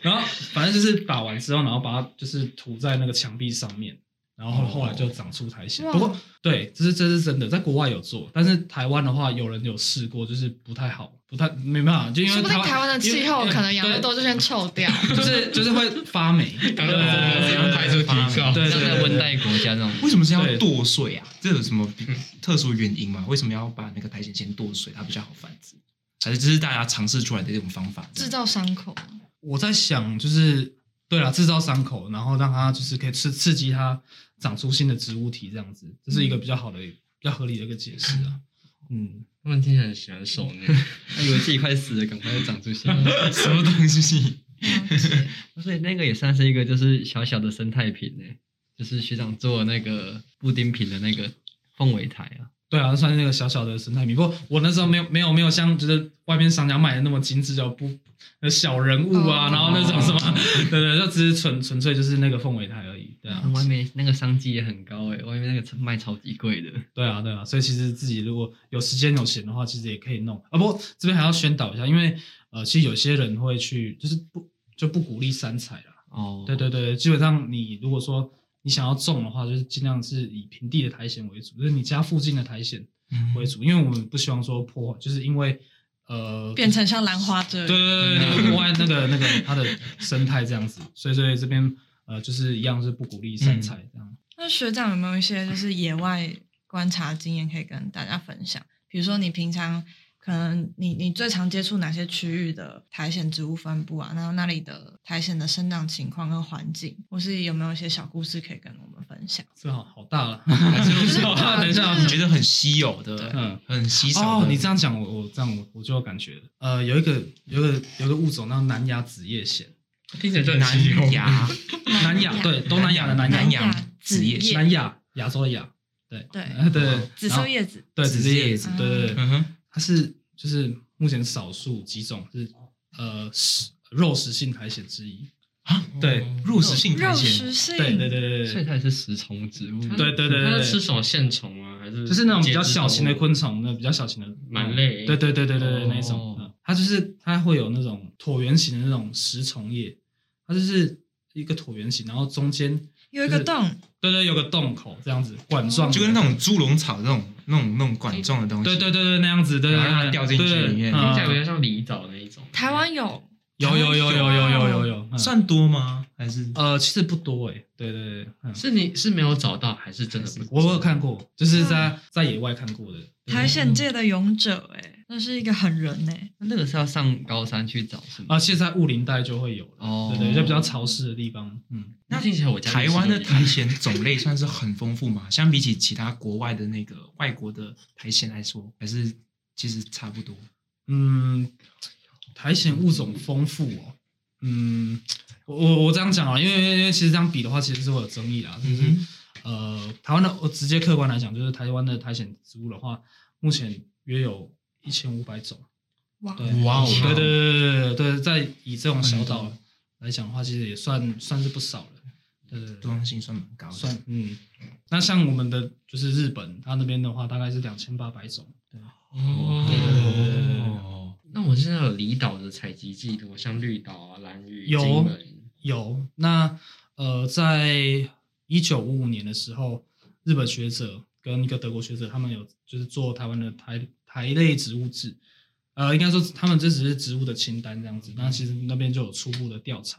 Speaker 4: 然后反正就是打完之后，然后把它就是涂在那个墙壁上面，然后后来就长出苔藓。
Speaker 1: 哇
Speaker 4: 不过对，这是这是真的，在国外有做，但是台湾的话，有人有试过，就是不太好，不太没办法，就因
Speaker 1: 说
Speaker 4: 为
Speaker 1: 不定台湾的气候可能养乐。
Speaker 4: 因为
Speaker 1: 多就先臭
Speaker 4: <laughs>
Speaker 1: 掉。
Speaker 4: 对就是就是会
Speaker 2: <laughs>
Speaker 4: 发霉，对
Speaker 2: 养乐多是用排出体效
Speaker 4: 对
Speaker 5: 像
Speaker 4: 对
Speaker 5: 在
Speaker 4: 对
Speaker 5: 温带国家那种，
Speaker 3: 为什么是要
Speaker 4: 对
Speaker 3: 剁碎啊？这有什么比特殊原因吗？为什么要把那个苔藓先剁碎，它比较好繁殖？还是这是大家尝试出来的这种方法？
Speaker 1: 制造伤口，
Speaker 4: 我在想，就是对了，制造伤口，然后让它就是可以刺刺激它长出新的植物体，这样子，这是一个
Speaker 1: 嗯
Speaker 4: 比较好的、比较合理的一个解释啊。嗯，
Speaker 2: 他们听起来很喜欢手捏，
Speaker 5: 他以为自己快死了，赶快又长出新的。
Speaker 3: 什么东西？
Speaker 1: 了解
Speaker 5: 所以那个也算是一个就是小小的生态瓶呢，就是学长做那个布丁瓶的那个凤尾台啊，
Speaker 4: 对啊，算是那个小小的生态米。不过我那时候没有
Speaker 1: 嗯
Speaker 4: 没有没有像就是外面商家卖的那么精致哦，不呃小人物啊，
Speaker 1: 哦
Speaker 4: <laughs> 然后那种什么，对对，就只是纯纯粹就是那个凤尾台而已。对对
Speaker 1: 嗯
Speaker 4: 啊，
Speaker 2: 嗯
Speaker 5: 那外面那个商机也很高
Speaker 2: 欸
Speaker 5: 哎，外面那个卖超级贵的，
Speaker 4: 对啊，对啊，所以其实自己如果有时间有闲的话，其实也可以弄啊。不过这边还要宣导一下，因为呃，其实有些人会去，就是不就不鼓励三彩啦。
Speaker 5: 哦，
Speaker 4: 对对对，基本上你如果说你想要种的话，就是尽量是以平地的苔藓为主，就是你家附近的苔藓
Speaker 3: 嗯
Speaker 4: 为主，因为我们不希望说破坏，就是因为呃
Speaker 1: 变成像兰花这
Speaker 4: 对
Speaker 1: 样。
Speaker 4: 对对对，破坏那个那个它的生态这样子，所以所以这边呃就是一样是不鼓励
Speaker 1: 嗯
Speaker 4: 三彩这样。
Speaker 1: 那学长有没有一些就是野外观察经验可以跟大家分享？比如说你平常可能你你最常接触哪些区域的苔藓植物分布啊？然后那里的苔藓的生长情况跟环境，或是有没有一些小故事可以跟我们分享？
Speaker 4: 这好好大了，
Speaker 3: 就是
Speaker 4: 好大，等一下，
Speaker 3: 嗯你觉得很稀有
Speaker 1: 对
Speaker 3: 的，
Speaker 4: 嗯。
Speaker 3: 很稀少
Speaker 4: 哦
Speaker 3: 的，，
Speaker 4: 你这样讲，我我这样我我就有感觉了。呃，有一个有一个有一个物种叫南亚紫叶藓，
Speaker 2: 听起来就很稀有
Speaker 3: 南
Speaker 5: <laughs>
Speaker 3: 牙，
Speaker 4: 南亚对东南亚的南
Speaker 3: 南
Speaker 4: 亚，
Speaker 3: 洋
Speaker 1: 紫叶
Speaker 3: 叶，
Speaker 4: 南亚亚洲的亚，对
Speaker 1: 对
Speaker 4: 呃对对，
Speaker 1: 紫色叶子，
Speaker 4: 然后对
Speaker 3: 紫
Speaker 4: 紫
Speaker 3: 色
Speaker 4: 色
Speaker 3: 叶
Speaker 4: 叶
Speaker 3: 子
Speaker 4: 子，对对对，
Speaker 3: 嗯哼，
Speaker 4: 它是就是目前少数几种是呃食肉食性苔藓之一。
Speaker 3: 啊，
Speaker 4: 对
Speaker 3: 肉食性苔
Speaker 1: 肉
Speaker 3: 藓，
Speaker 1: 食性，
Speaker 4: 嗯对对对对
Speaker 5: 哦所
Speaker 4: 对，
Speaker 5: 以它也是食虫植物，
Speaker 4: 对对对
Speaker 2: 它
Speaker 4: 对
Speaker 2: 是吃
Speaker 4: 对，
Speaker 2: 什么线虫啊？还是
Speaker 4: 就是那种比较
Speaker 2: 节肢
Speaker 4: 小型的
Speaker 2: 动物
Speaker 4: 昆虫，那比较小型的
Speaker 2: 蛮累
Speaker 4: 对对对对对对，那一种
Speaker 5: 哦，
Speaker 4: 嗯它就是它会有那种椭圆形的那种食虫叶，它就是一个椭圆形，然后中间
Speaker 1: 有一个洞，
Speaker 4: 对对有个洞口这样子管状的，
Speaker 3: 就跟那种猪笼草那种那种那种管状的东西，
Speaker 4: 对对对对那样子，对对
Speaker 3: 然后让它
Speaker 4: 对
Speaker 3: 掉进去
Speaker 4: 对
Speaker 3: 里面
Speaker 4: 嗯
Speaker 2: 啊
Speaker 5: 啊
Speaker 2: 听起来比较像狸藻那一种。
Speaker 1: 台湾有，
Speaker 4: 有有有有有有有有，嗯
Speaker 3: 算多吗？还是
Speaker 4: 呃其实不多诶，对对对，嗯
Speaker 2: 是你是没有找到，还是真的不？
Speaker 4: 我我有看过，就是在在野外看过的对
Speaker 1: 苔藓界的勇者、哎，那是一个狠人哎、
Speaker 5: 那那个是要上高山去找是吗？
Speaker 4: 啊，现在雾林带就会有了，
Speaker 2: 啊
Speaker 5: 哦，
Speaker 4: 对对，就比较潮湿的地方，嗯。
Speaker 2: 那听起来我家
Speaker 3: 台湾的苔
Speaker 2: 苔
Speaker 3: 藓种类算是很丰富嘛？相比起其他国外的那个外国的苔藓来说，还是其实差不多。
Speaker 4: 嗯，苔藓物种丰富哦。嗯，我我我这样讲啊，因为因为其实这样比的话，其实是会有争议啦。就是、
Speaker 3: 嗯
Speaker 4: 呃，台湾的我直接客观来讲，就是台湾的苔藓植物的话，目前约有一千五百种。
Speaker 1: 哇，
Speaker 4: 对，
Speaker 3: 哇哦哦嗯
Speaker 4: 对对对对对对，在以这种小岛来讲的话，其实也算算是不少了。对对
Speaker 3: 多
Speaker 4: 对，
Speaker 3: 样性算蛮高的。
Speaker 4: 算嗯。那像我们的就是日本，它那边的话大概是两千八百种。
Speaker 2: 哦。
Speaker 3: 哦，
Speaker 2: 那我现在有离岛的采集记录，像绿岛啊、蓝屿、
Speaker 4: 有
Speaker 2: 金门，
Speaker 4: 有，那呃，在一九五五年的时候，日本学者跟一个德国学者，他们有就是做台湾的台台类植物志，呃，应该说他们这只是植物的清单这样子。那其实那边就有初步的调查。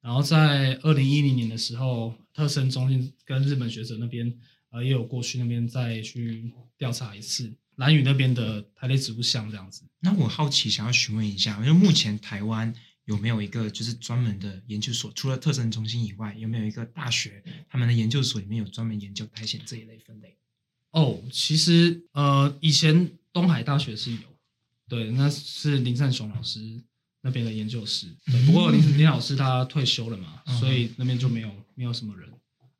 Speaker 4: 然后在二零一零年的时候，特生中心跟日本学者那边，呃，也有过去那边再去调查一次兰屿那边的台类植物像这样子。
Speaker 3: 那我好奇想要询问一下，因为目前台湾有没有一个就是专门的研究所？除了特征中心以外，有没有一个大学他们的研究所里面有专门研究苔藓这一类分类？
Speaker 4: 哦，其实呃，以前东海大学是有，对，那是林善雄老师那边的研究室。对，不过林林老师他退休了嘛，
Speaker 3: 嗯
Speaker 4: 所以那边就没有没有什么人，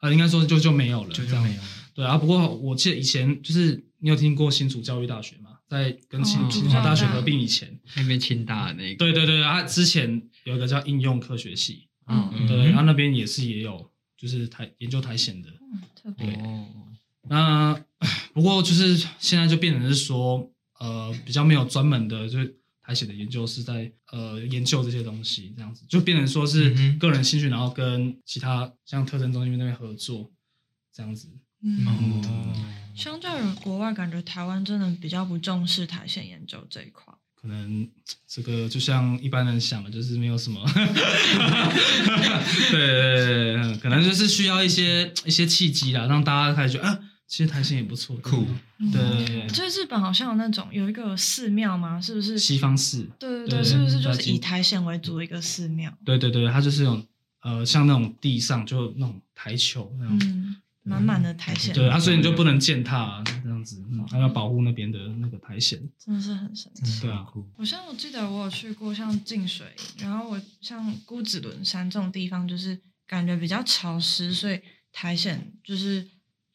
Speaker 4: 呃，应该说就就没有了，
Speaker 3: 就
Speaker 4: 这
Speaker 3: 就
Speaker 4: 样
Speaker 3: 没有了。
Speaker 4: 对啊，不过我记得以前就是你有听过新竹教育大学嘛，在跟清、
Speaker 1: 哦
Speaker 4: 清华大学
Speaker 1: 清华大
Speaker 4: 合并以前，
Speaker 5: 那边清大的那个，
Speaker 4: 对对对，啊，之前有一个叫应用科学系，
Speaker 5: 嗯，
Speaker 4: 对，然后那边也是也有就是苔研究苔藓的，
Speaker 1: 嗯，特别
Speaker 4: 对
Speaker 5: 哦，
Speaker 4: 那 <sighs> 不过就是现在就变成是说，呃，比较没有专门的，就是苔藓的研究是在呃研究这些东西，这样子就变成说
Speaker 3: 嗯
Speaker 4: 是
Speaker 3: 哼
Speaker 4: 个人兴趣，然后跟其他像特征中心那边合作，这样子。
Speaker 1: 嗯，
Speaker 3: 哦，
Speaker 1: 相较于国外，感觉台湾真的比较不重视苔藓研究这一块。
Speaker 4: 可能这个就像一般人想的，就是没有什么， <laughs> 对对对对，可能就是需要一些一些契机啦，让大家开始觉得啊，其实苔藓也不错，
Speaker 3: 酷
Speaker 1: 嗯
Speaker 4: 对对对对，
Speaker 1: 就是日本好像有那种有一个寺庙吗？是不是？
Speaker 4: 西方式。
Speaker 1: 对对
Speaker 4: 对
Speaker 1: 对，是不是
Speaker 4: 对
Speaker 1: 就是
Speaker 4: 在
Speaker 1: 以
Speaker 4: 京
Speaker 1: 苔藓为主的一个寺庙？
Speaker 4: 对对对，它就是那种呃，像那种地上就那种台球那样，
Speaker 1: 嗯，满满的苔藓，
Speaker 4: 对，啊，所以你就不能践踏、这样子，
Speaker 1: 哦
Speaker 4: 嗯，它要保护那边的那个苔藓。
Speaker 1: 真的是很神奇。
Speaker 3: 真
Speaker 4: 对
Speaker 3: 的
Speaker 4: 啊
Speaker 3: 很酷。
Speaker 1: 我像我记得我有去过像静水营，然后我像孤子仑山这种地方，就是感觉比较潮湿，所以啊苔藓就是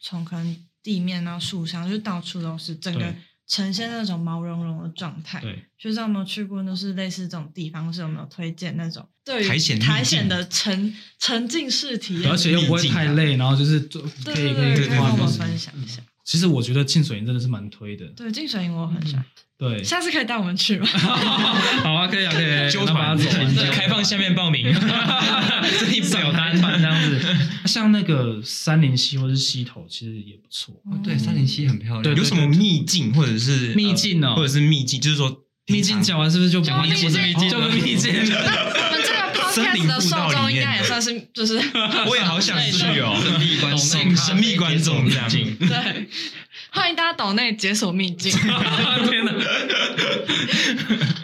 Speaker 1: 从可能地面到树上，就是到处都是，整个
Speaker 4: 对
Speaker 1: 呈现那种毛茸茸的状态。
Speaker 2: 对，
Speaker 1: 学长有没有去过，就是类似这种地方，是有没有推荐那种对于
Speaker 3: 苔藓秘境
Speaker 1: 苔藓的沉沉浸式体验？
Speaker 4: 而且又不会太累，然后就是做
Speaker 1: 对
Speaker 4: 可
Speaker 1: 对
Speaker 4: 以可以
Speaker 1: 对，可以
Speaker 4: 花
Speaker 1: 跟
Speaker 4: 很
Speaker 1: 我
Speaker 4: 多
Speaker 1: 们
Speaker 4: 时间
Speaker 1: 分享一下。
Speaker 4: 其实我觉得浸水营真的是蛮推的，
Speaker 1: 对，净水营我很喜欢，
Speaker 4: 对，
Speaker 1: 下次可以带我们去吗？
Speaker 4: 好啊，可以啊，可以啊，
Speaker 3: 纠
Speaker 4: 那把
Speaker 3: 团
Speaker 4: 它走完
Speaker 3: 对开放下面报
Speaker 4: <laughs>
Speaker 3: 名，这一表单
Speaker 4: 团这样子。啊像那个三林溪或是溪头，其实也不错。
Speaker 5: 哦，对，三零七很漂亮。
Speaker 4: 对
Speaker 3: 有什么秘境或者是
Speaker 4: 秘境哦
Speaker 3: 呃或者是秘境，就是说
Speaker 4: 秘境讲完是不是就
Speaker 1: 讲
Speaker 3: 哦
Speaker 1: 完就是秘境
Speaker 4: 就不秘境了？
Speaker 1: 我们这个
Speaker 3: 森林
Speaker 1: podcast 的
Speaker 3: 步
Speaker 1: 受
Speaker 3: 道里面
Speaker 1: 众应该也算是就是 <laughs>
Speaker 3: 我也好想去哦，
Speaker 5: 神秘观众
Speaker 3: 神神秘观众这样。
Speaker 1: 对，欢迎大家岛内解锁秘境。
Speaker 4: 天哪！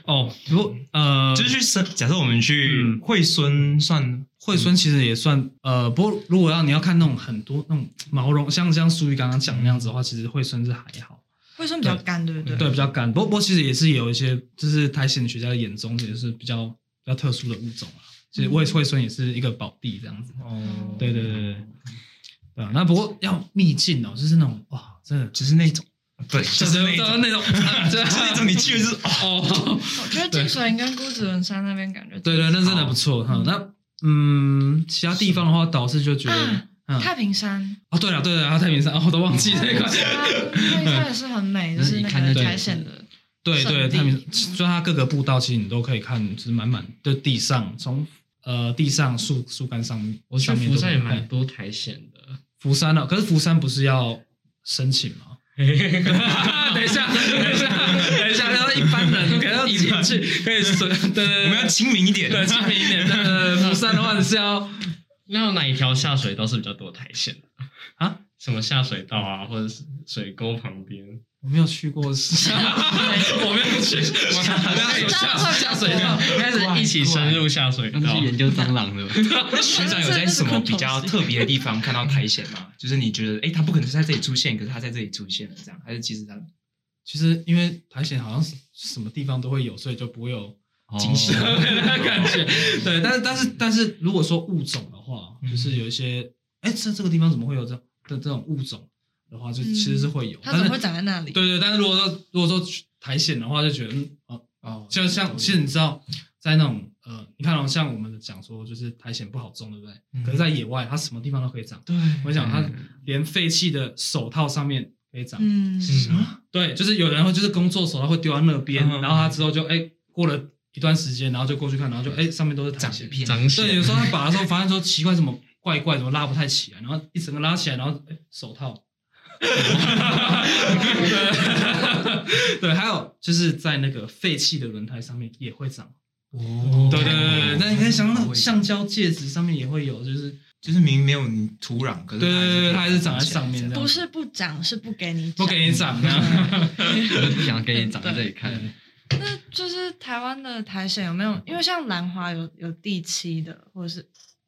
Speaker 4: 哦，不过呃，
Speaker 3: 就是去深，假设我们去
Speaker 4: 嗯
Speaker 3: 惠孙算
Speaker 4: 惠孙其实也算呃，不过如果要你要看那种很多那种毛绒，像像苏玉刚刚讲那样子的话，其实惠孙是还好，
Speaker 1: 会说比较干，对不对？
Speaker 4: 对，比较干。不过不过其实也是有一些，就是苔藓学家的眼中也是比较比较特殊的物种啊。其实惠惠孙也是一个宝地这样子。
Speaker 3: 嗯哦，
Speaker 4: 对对对对，对啊。那不过要秘境哦，就是那种哇，真的
Speaker 3: 就是那种
Speaker 4: <laughs>
Speaker 3: 对，就
Speaker 4: 就
Speaker 3: 是
Speaker 4: 是
Speaker 3: 那种， <laughs>
Speaker 4: 那种，啊
Speaker 3: 就是那种你去的是哦
Speaker 4: 哦，
Speaker 1: 我觉得净水营跟姑子仑山那边感觉
Speaker 4: 对对，那真的不
Speaker 3: 哦
Speaker 4: 错哈。那嗯，其他地方的话，导师就觉得
Speaker 1: 啊，
Speaker 4: 嗯，
Speaker 1: 太平山，
Speaker 4: 哦，对了对了，然后太平山，哦，我都忘记这
Speaker 1: 太
Speaker 4: 一
Speaker 1: 平
Speaker 4: 块。
Speaker 1: 山太平山也是很美，
Speaker 5: 嗯
Speaker 1: 就是
Speaker 5: 一
Speaker 1: 那
Speaker 5: 看就
Speaker 1: 个
Speaker 5: 觉得
Speaker 1: 苔藓的。
Speaker 4: 对对，
Speaker 1: 圣地
Speaker 4: 太平山，就它各个步道，其实你都可以看，就是满满的地上，从呃地上树树干上面，
Speaker 2: 我去
Speaker 4: 上面
Speaker 2: 釜
Speaker 4: 都
Speaker 2: 山也
Speaker 4: 可以看
Speaker 2: 蛮多苔藓的。
Speaker 4: 福山哦了，可是福山不是要申请吗？等一下，等一下，等一下，然后一般人可能要进去，可以随
Speaker 3: <laughs> 我
Speaker 4: 对，我
Speaker 3: 们要亲民一点，
Speaker 4: 对亲民一点。呃，福山的话你是要
Speaker 2: 那有哪一条下水道是比较多苔藓的
Speaker 4: 啊？
Speaker 2: 什么下水道啊，或者是水沟旁边？
Speaker 4: 我没有去过，我没有去，我没有下下水道，
Speaker 2: 开始一起深入下水
Speaker 5: 那
Speaker 2: 道
Speaker 5: 是，研究蟑螂的吧，
Speaker 3: <laughs> 那学长有在什么比较特别的地方看到苔藓
Speaker 5: <laughs>
Speaker 3: 吗？就是你觉得，哎，它不可能是在这里出现，可是它在这里出现了，这样，还是其实它
Speaker 4: 其实因为苔藓好像是什么地方都会有，所以就不会有
Speaker 3: 惊
Speaker 4: <laughs>
Speaker 3: 喜
Speaker 4: 特
Speaker 5: 哦
Speaker 4: 别的哦感觉。对，但是但是但是，如果说物种的话，
Speaker 3: 嗯
Speaker 4: 就是有一些，哎，这这个地方怎么会有这样的这种物种的话，就
Speaker 1: 嗯
Speaker 4: 其实是会有。
Speaker 1: 它怎
Speaker 4: 但
Speaker 1: 么
Speaker 4: 是
Speaker 1: 会长在那里？
Speaker 4: 对对，但是如果说如果说苔藓的话，就觉得嗯哦，
Speaker 3: 哦
Speaker 4: 就像其实你知道，在那种呃，你看哦，像我们讲说，就是苔藓不好种，对不对？
Speaker 3: 嗯
Speaker 4: 可是，在野外，它什么地方都可以长。
Speaker 3: 对，
Speaker 4: 我想它连废弃的手套上面可以长。
Speaker 1: 嗯，
Speaker 3: 什么？
Speaker 4: 对，就是有人会就是工作手套会丢在那边，
Speaker 3: 嗯
Speaker 4: 然后他之后就哎过了一段时间，然后就过去看，然后就哎上面都是苔
Speaker 3: 长
Speaker 4: 藓
Speaker 3: 片
Speaker 2: 长
Speaker 4: 对，
Speaker 2: 藓
Speaker 4: 有时候他拔的时候发现说奇怪，怎么怪怪，怎么拉不太起来，然后一整个拉起来，然后、哎手套。对，对，还有就是在那个废弃的轮胎上面也会长。
Speaker 3: 哦
Speaker 4: 对对对对，那你可以想到橡胶戒指上面也会有，就是
Speaker 3: 就是明明没有你土壤，可是
Speaker 4: 对对对，它还是长在
Speaker 3: 起来
Speaker 4: 上面，这样
Speaker 1: 不是不长，是不给你
Speaker 4: 不
Speaker 1: 长。
Speaker 4: 给你长这样。
Speaker 5: 我就不想给你长在这里看。
Speaker 1: 那就是台湾的苔藓有没有？因为像兰花有有地七的，或者是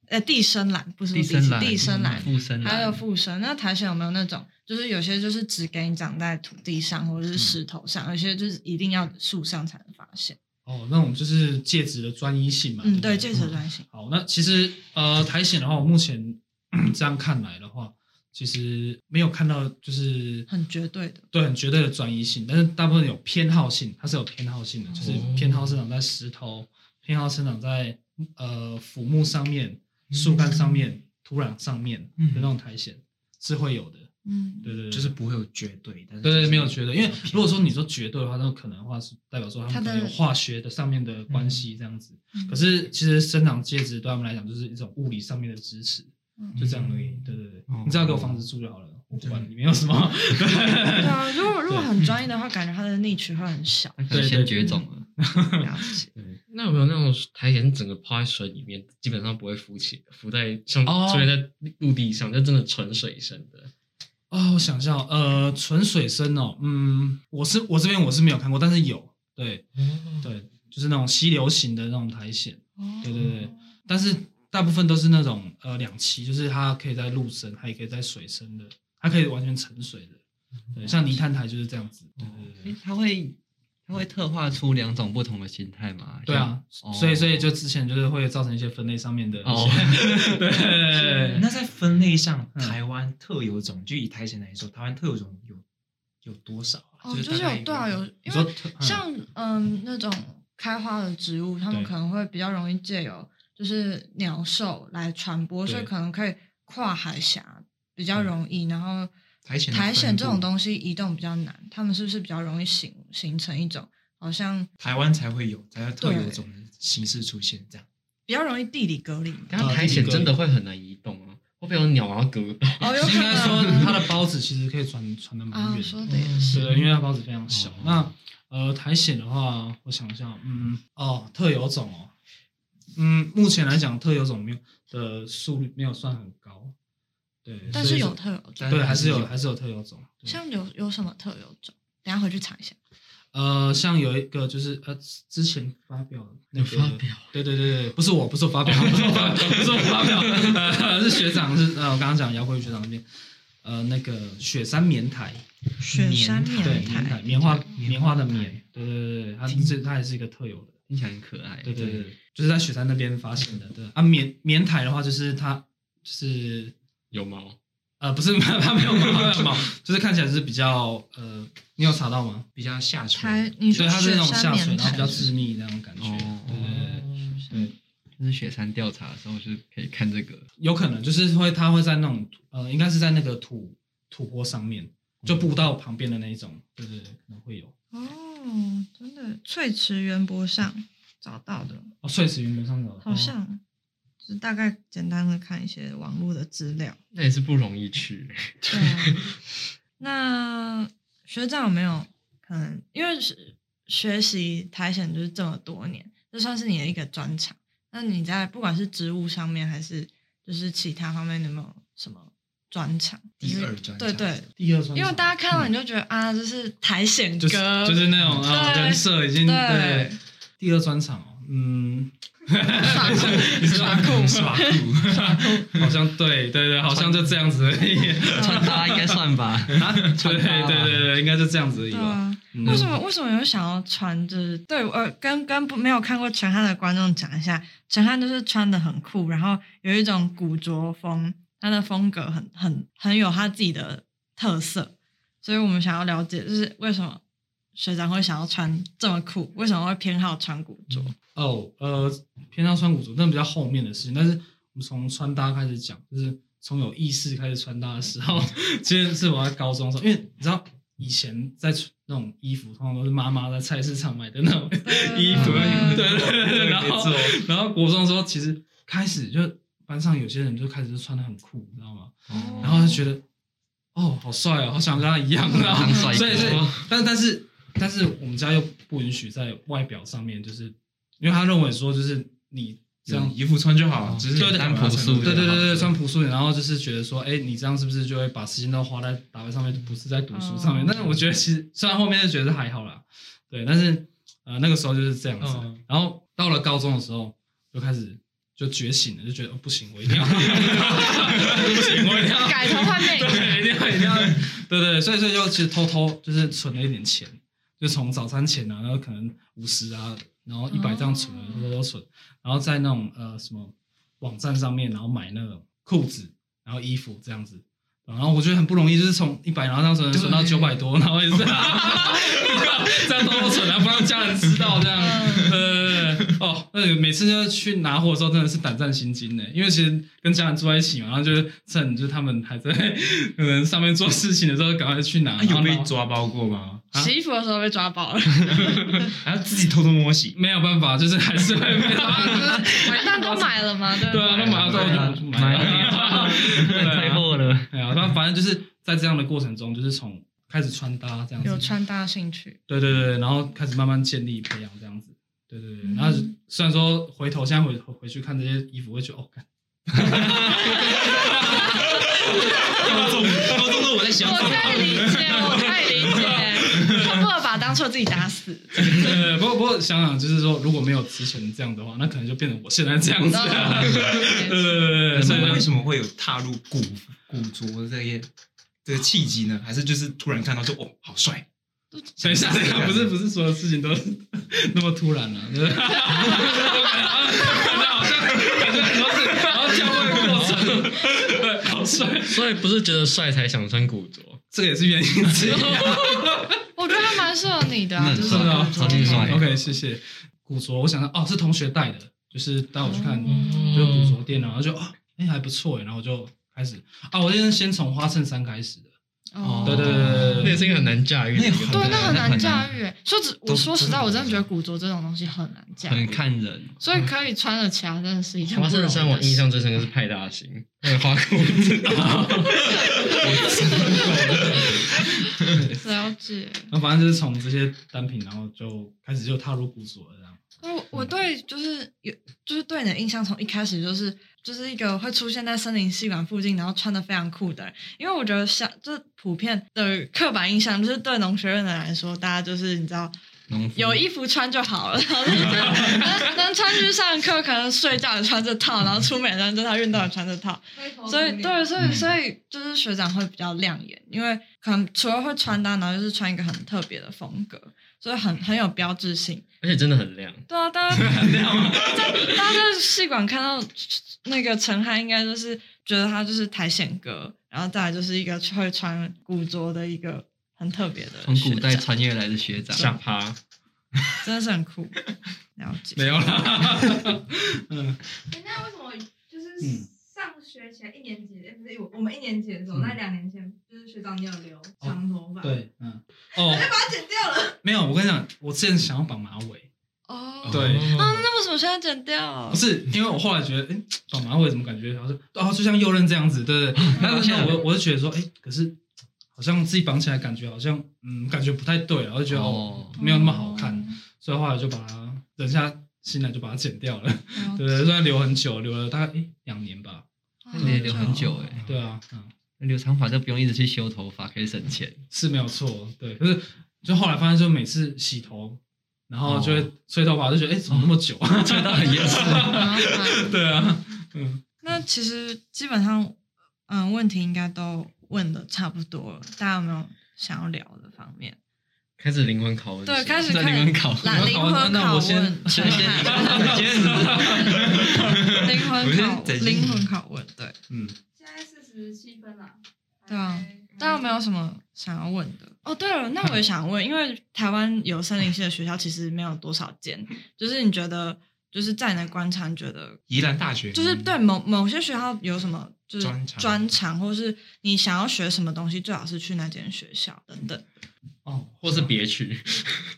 Speaker 1: 呃地生兰，不是说
Speaker 5: 地
Speaker 1: 地
Speaker 5: 生
Speaker 1: 七
Speaker 5: 兰、
Speaker 1: 地生兰，
Speaker 5: 附生兰，
Speaker 1: 还有附生。那苔藓有没有那种，就是有些就是只给你长在土地上或者
Speaker 4: 嗯
Speaker 1: 是石头上，有些就是一定要树上才能发现。
Speaker 4: 哦，那种就是戒指的专一性嘛。
Speaker 1: 嗯，
Speaker 4: 不
Speaker 1: 对，戒指专型。
Speaker 4: 好，那其实呃，苔藓的话，我目前 <clears throat> 这样看来的话，其实没有看到就是
Speaker 1: 很绝对的。
Speaker 4: 对很绝对的专一性，但是大部分有偏好性，它是有偏好性的，就是偏好生长在石头，偏好生长在呃腐木上面、
Speaker 1: 嗯
Speaker 4: 树干上面、土壤上面的
Speaker 3: 嗯
Speaker 4: 那种苔藓是会有的。
Speaker 1: 嗯，
Speaker 4: 对对对，
Speaker 3: 就是不会有绝对，但是
Speaker 4: 对
Speaker 3: 就
Speaker 4: 对，
Speaker 3: 是
Speaker 4: 没有绝对，因为如果说你说绝对的话，那可能的话是代表说他们可能有
Speaker 1: 它的
Speaker 4: 化学的上面的关系这样子。
Speaker 1: 嗯
Speaker 4: 可是其实生长介质对他们来讲就是一种物理上面的支持，
Speaker 1: 嗯
Speaker 4: 就这样而已。对对对
Speaker 3: 哦，
Speaker 4: 你只要给我房子住就好了，我不管里面有什么。
Speaker 1: 对啊，如果如果很专业的话，感觉它的逆取会很小。
Speaker 5: 那可能先绝种了。
Speaker 1: 了解。
Speaker 2: 对，那有没有那种苔藓整个泡在水里面，基本上不会浮起，浮在像
Speaker 4: 哦
Speaker 2: 出现在陆地上，就真的纯水生的？
Speaker 4: 哦，我想一下哦，呃，纯水生哦，嗯，我是我这边我是没有看过，但是有，对对，就是那种溪流型的那种苔藓，
Speaker 1: 哦
Speaker 4: <laughs> 对对对，但是大部分都是那种呃两栖，就是它可以在陆生，它也可以在水生的，它可以完全沉水的。对，像泥炭苔就是这样子。对对对
Speaker 5: 嗯诶它会它会特化出两种不同的形态嘛？
Speaker 4: 对啊，
Speaker 5: 像，
Speaker 4: 所以所以
Speaker 5: 哦
Speaker 4: 就之前就是会造成一些分类上面的一些。
Speaker 5: 哦
Speaker 4: <laughs> 对，
Speaker 3: 那在分类上，
Speaker 4: 嗯
Speaker 3: 台湾特有种，就以苔藓来说，台湾特有种有有多少啊？
Speaker 1: 哦，就是
Speaker 3: 大概
Speaker 1: 有对啊，有
Speaker 4: 你
Speaker 1: 因
Speaker 4: 说嗯
Speaker 1: 为像嗯那种开花的植物，它们
Speaker 4: 对
Speaker 1: 可能会比较容易借由就是鸟兽来传播，所以
Speaker 4: 对
Speaker 1: 可能可以跨海峡比较容易，然后
Speaker 3: 苔藓的
Speaker 1: 苔
Speaker 3: 分
Speaker 1: 藓这种
Speaker 3: 布
Speaker 1: 东西移动比较难，它们是不是比较容易形形成一种好像
Speaker 3: 台湾才会有，才会特有
Speaker 1: 对
Speaker 3: 种的形式出现这样。
Speaker 1: 比较容易地理隔离？
Speaker 5: 但它苔藓真的会很难移动啊，会被有鸟把它隔到。
Speaker 1: 哦，有
Speaker 4: 应
Speaker 1: 可
Speaker 4: 该说它
Speaker 1: 能
Speaker 4: 的孢子其实可以传传的蛮
Speaker 1: 啊，
Speaker 4: 远
Speaker 1: 说
Speaker 4: 的，
Speaker 1: 的也是，
Speaker 4: 对的，因为它孢子非常小
Speaker 3: 哦。
Speaker 4: 那呃，苔藓的话，我想一下，嗯，哦，特有种哦，嗯，目前来讲，特有种没有的速率没有算很高，对，
Speaker 1: 但
Speaker 4: 所
Speaker 1: 是
Speaker 4: 以
Speaker 1: 有特有种，
Speaker 4: 对还是有
Speaker 3: 但
Speaker 4: 还是有特有种，对
Speaker 1: 像有有什么特有种？等一下回去查一下。
Speaker 4: 呃，像有一个就是呃，之前发表那个
Speaker 5: 有发表，
Speaker 4: 对对对对，不是我，不是我发表， <laughs> 不是我发表，不是我发表，呃、是学长，是呃，我刚刚讲姚国宇学长那边，呃，那个雪山棉苔，
Speaker 1: 雪山
Speaker 3: 棉
Speaker 4: 对，
Speaker 1: 棉
Speaker 4: 棉
Speaker 1: 苔
Speaker 4: 苔，，棉花
Speaker 3: 棉
Speaker 4: 棉
Speaker 3: 花
Speaker 4: 花的
Speaker 3: 苔
Speaker 4: 棉，对对对对，它这它也是一个特有的，
Speaker 5: 听起来很可爱。
Speaker 4: 对对对，就是在雪山那边发现的，对啊，棉棉苔的话，就是它就是
Speaker 2: 有毛，
Speaker 4: 呃，不是 <laughs> 它没有毛，它没有毛，就是看起来是比较呃，你有查到吗？
Speaker 3: 比较下垂
Speaker 1: 苔，，你
Speaker 4: 对，
Speaker 1: 说
Speaker 4: 它是那种
Speaker 1: 雪
Speaker 4: 下
Speaker 1: 山
Speaker 4: 水，
Speaker 1: 棉
Speaker 4: 然后比
Speaker 1: 苔
Speaker 4: 较致密那种感觉。
Speaker 5: 哦
Speaker 4: 对对对对，
Speaker 5: 就是雪山调查的时候，就是可以看这个。
Speaker 4: 有可能就是会，它会在那种呃，应该是在那个土土坡上面，就步道旁边的那一种。对对对，可能会有。
Speaker 1: 哦，真的，翠池园博上找到的，
Speaker 4: 哦，碎石云门上有，哦
Speaker 1: 好像、就是大概简单的看一些网络的资料。
Speaker 2: 那也是不容易去。
Speaker 5: <laughs>
Speaker 1: 对啊，那学长有没有可能因为是学习苔藓就是这么多年，这算是你的一个专长？那你在不管是植物上面还是就是其他方面，你有没有什么专长？
Speaker 3: 第
Speaker 1: 就是
Speaker 3: 二专
Speaker 1: 对
Speaker 3: 长
Speaker 1: 对，
Speaker 4: 第二专场，
Speaker 1: 因为大家看到你就觉得、啊，这是苔藓
Speaker 4: 就
Speaker 1: 哥，
Speaker 4: 是就是那种啊，
Speaker 1: 对
Speaker 4: 人设已经
Speaker 1: 对
Speaker 4: 对。第二专场哦，嗯，
Speaker 1: 耍酷
Speaker 4: 你是
Speaker 1: 耍酷
Speaker 5: <laughs>
Speaker 4: 耍酷，好像对对对，好像就这样子而已。
Speaker 5: 穿搭应该算吧，
Speaker 4: 对对对对，应该就这样子而已
Speaker 1: 对
Speaker 4: 吧。
Speaker 1: 啊。
Speaker 4: 嗯
Speaker 1: 为什么为什么有想要穿？就是对，呃，跟跟不没有看过陈汉的观众讲一下，陈汉就是穿的很酷，然后有一种古着风，他的风格很很很有他自己的特色，所以我们想要了解，就是为什么学长会想要穿这么酷，为什么会偏好穿古着？
Speaker 4: 哦，呃，偏向穿古着，但比较后面的事情。但是我们从穿搭开始讲，就是从有意识开始穿搭的时候，
Speaker 5: 嗯
Speaker 4: <laughs> 其实是我在高中的时候，因为你知道以前在穿那种衣服，通常都是妈妈在菜市场买的
Speaker 5: <laughs>
Speaker 4: 那种衣服，啊
Speaker 1: 嗯
Speaker 4: 对对对对，然
Speaker 2: 没
Speaker 4: 后
Speaker 2: 错
Speaker 4: 然后国中的时候，其实开始就班上有些人就开始就穿的很酷，你知道吗？
Speaker 1: 哦
Speaker 4: 然后就觉得，哦，好帅哦，好想跟他一样，然后
Speaker 5: 当嗯帅哥
Speaker 4: <laughs> 所以是，但但是但是我们家又不允许在外表上面，就是因为他认为说，就是你这
Speaker 3: 这
Speaker 4: 样
Speaker 3: 样衣服穿就好，只是
Speaker 4: 哦对对
Speaker 3: 单朴素就好。
Speaker 4: 对对对对，穿朴素一点，然后就是觉得说，哎，你这样是不是就会把时间都花在打扮上面，不是在读书上面？
Speaker 1: 哦
Speaker 4: 但是我觉得其实虽然后面就觉得还好啦，对，但是呃那个时候就是这样子
Speaker 3: 嗯，
Speaker 4: 然后到了高中的时候就开始。就觉醒了，就觉得、哦、不行，我一定要，不 <laughs> 行，我一定要
Speaker 1: 改头换面，
Speaker 4: 对，一定要一定要，对对，所以所以就其实偷偷就是存了一点钱，就从早餐钱啊，然后可能五十啊，然后一百这样存了，
Speaker 1: 哦
Speaker 4: 偷偷存，然后在那种呃什么网站上面，然后买那种裤子，然后衣服这样子。然后我觉得很不容易，就是从一百，然后那时候存到九百多，然后也是 <laughs> 这样偷偷存，然后不让家人知道这样。呃，哦，那个每次就是去拿货的时候，真的是胆战心惊呢，因为其实跟家人住在一起嘛，然后就是趁就是他们还在可能上面做事情的时候，赶快去拿。
Speaker 3: 啊有
Speaker 4: 然后
Speaker 3: 被
Speaker 4: 拿
Speaker 3: 抓包过吗？啊
Speaker 1: 洗衣服的时候被抓包了，
Speaker 3: 还要自己偷偷摸摸洗？
Speaker 4: 没有办法，就是还是会
Speaker 3: <laughs>
Speaker 4: 被抓。
Speaker 1: <laughs> 但都买了嘛，对
Speaker 4: 啊对啊，那马上就就买了。对啊
Speaker 5: 太货
Speaker 2: 哦
Speaker 5: 了。
Speaker 4: 哎呀，那反正就是在这样的过程中，就是从开始穿搭这样子，
Speaker 1: 有穿搭兴趣，
Speaker 4: 对对对，然后开始慢慢建立培养这样子，对对对。
Speaker 1: 嗯
Speaker 4: 然后虽然说回头现在回回去看这些衣服，会觉得哦，干
Speaker 3: 高中高中的我在想
Speaker 5: 哦
Speaker 1: 我可以理解，我可以理解，恨不得把当初自己打死。
Speaker 4: 对对对。不过不过想想就是说，如果没有之前这样的话，那可能就变成我现在这样子。
Speaker 6: <laughs>
Speaker 4: 对对对对，所
Speaker 3: 那
Speaker 4: 以
Speaker 3: 为
Speaker 4: 就
Speaker 3: 什么会有踏入古古着这些这个契机呢？还是就是突然看到说哦，好帅，
Speaker 4: 等一下，等一下，不是不是所有事情都是那么突然了、啊，对不对？我感觉好像感觉很多事，然后教会过程，对，好帅。
Speaker 2: 所以不是觉得帅才想穿古着，
Speaker 4: 这个也是原因之一。
Speaker 1: 我觉得还蛮适合你的、啊，
Speaker 5: 那
Speaker 1: 就是
Speaker 5: 是
Speaker 4: 啊
Speaker 1: 古着
Speaker 5: 超级帅
Speaker 4: OK，谢谢。古着，我想到哦，是同学带的，就是带我去看，
Speaker 1: 嗯
Speaker 4: 就是古着店啊，然后就啊，哎、还不错哎，然后我就开始啊，我就是先从花衬衫开始的，
Speaker 1: 哦
Speaker 4: 对对对对对
Speaker 6: 那也是一个很难驾驭的一个，
Speaker 1: 对，那很难驾
Speaker 5: 驾
Speaker 1: 驭欸。说只我
Speaker 3: 都
Speaker 1: 说实
Speaker 3: 真
Speaker 1: 在，
Speaker 3: 的
Speaker 1: 我真的
Speaker 3: 很
Speaker 1: 觉得古着这种东西很难
Speaker 2: 啊
Speaker 1: 驾
Speaker 5: 很
Speaker 1: 驭，
Speaker 5: 看人。
Speaker 1: 所以可以穿得起来真的是一件
Speaker 2: 花
Speaker 1: 不容
Speaker 2: 衬
Speaker 1: 易的
Speaker 2: 衫我印
Speaker 1: 事
Speaker 2: 象最深刻是派大星，那个花裤子，
Speaker 1: 了解。
Speaker 4: 然后反正就是从这些单品，然后就开始就踏入古着了这样。
Speaker 1: 我我对就是有就是对你的印象从一开始就是就是一个会出现在森林系馆附近，然后穿的非常酷的人，因为我觉得像就是普遍的刻板印象就是对农学院的人来说，大家就是你知道
Speaker 5: 农夫
Speaker 1: 有衣服穿就好了， <laughs> 然后就是能能穿去上课，可能睡觉也穿这套，然后出门也穿这套，运动也穿这套，所以对，所以所以就是学长会比较亮眼，因为可能除了会穿搭，然后就是穿一个很特别的风格，所以很很有标志性。
Speaker 2: <laughs> 而且真的很亮。
Speaker 1: 对啊，大家在大家在戏馆看到那个陈汉，应该就是觉得他就是苔藓哥，然后再来就是一个会穿古着的一个很特别的
Speaker 5: 从古代
Speaker 1: 学长
Speaker 5: 穿越来的学长，
Speaker 2: 下趴，
Speaker 1: 真的是很酷。了解，
Speaker 4: 没有啦，
Speaker 7: 欸那为什么就是
Speaker 4: 嗯
Speaker 7: 上学前一年级，欸不是我我们一年级的时
Speaker 1: 嗯
Speaker 7: 候，那两年前就是学长你有
Speaker 1: 哦
Speaker 7: 留长头发，，
Speaker 4: 对，嗯，哦，
Speaker 7: 把它剪掉了。
Speaker 4: 没有，我跟你讲，我之前想要绑马尾，
Speaker 1: 哦。
Speaker 4: 对，
Speaker 1: 啊，那为什么现在剪掉啊
Speaker 4: 不？是因为我后来觉得，哎，绑马尾怎么感觉好像哦，就像右任这样子，对不 <laughs> 对？然后那我我就觉得说，哎，可是好像自己绑起来感觉好像，嗯，感觉不太对，然后就觉得哦，
Speaker 5: 哦，
Speaker 4: 没有那么好看，所以后来就把它忍下心来就把它剪掉了，
Speaker 1: 哦，
Speaker 4: <laughs> 对不对？虽然留很久，留了大概哎两年吧，
Speaker 1: 了
Speaker 5: 那
Speaker 1: 解
Speaker 5: 你也留很久哎，
Speaker 4: 对啊，嗯，
Speaker 5: 留长发就不用一直去修头发，可以省钱。
Speaker 4: 是没有错，对。可是就后来发现，就每次洗头，然后就
Speaker 3: 哦
Speaker 4: 会吹头发，就觉得哎，怎么那么久啊？ <laughs> 吹到很严重，
Speaker 1: 麻烦
Speaker 4: 对啊，嗯，
Speaker 1: <laughs> 那其实基本上，嗯，问题应该都问的差不多了。大家有没有想要聊的方面？
Speaker 2: 开始灵魂拷问，
Speaker 1: 对，开始
Speaker 5: 在
Speaker 1: 看
Speaker 5: 灵魂拷
Speaker 1: 来
Speaker 4: 问
Speaker 1: 灵魂拷问，
Speaker 4: 哦那我先
Speaker 1: 陈 <laughs> 汉灵魂拷
Speaker 3: 我先
Speaker 1: 问灵魂拷问，对，
Speaker 4: 嗯，
Speaker 7: 现在四十七分了，
Speaker 1: 对啊
Speaker 7: 还。
Speaker 1: 大家有没有什么想要问的？哦，对了，那我也想问，因为台湾有森林系的学校其实没有多少间，就是你觉得，就是在你的观察，你觉得
Speaker 3: 宜兰大学嗯
Speaker 1: 就是对某某些学校有什么就是
Speaker 3: 专长
Speaker 1: 专长，或是你想要学什么东西，最好是去那间学校等等。
Speaker 4: 哦，
Speaker 2: 或是别去，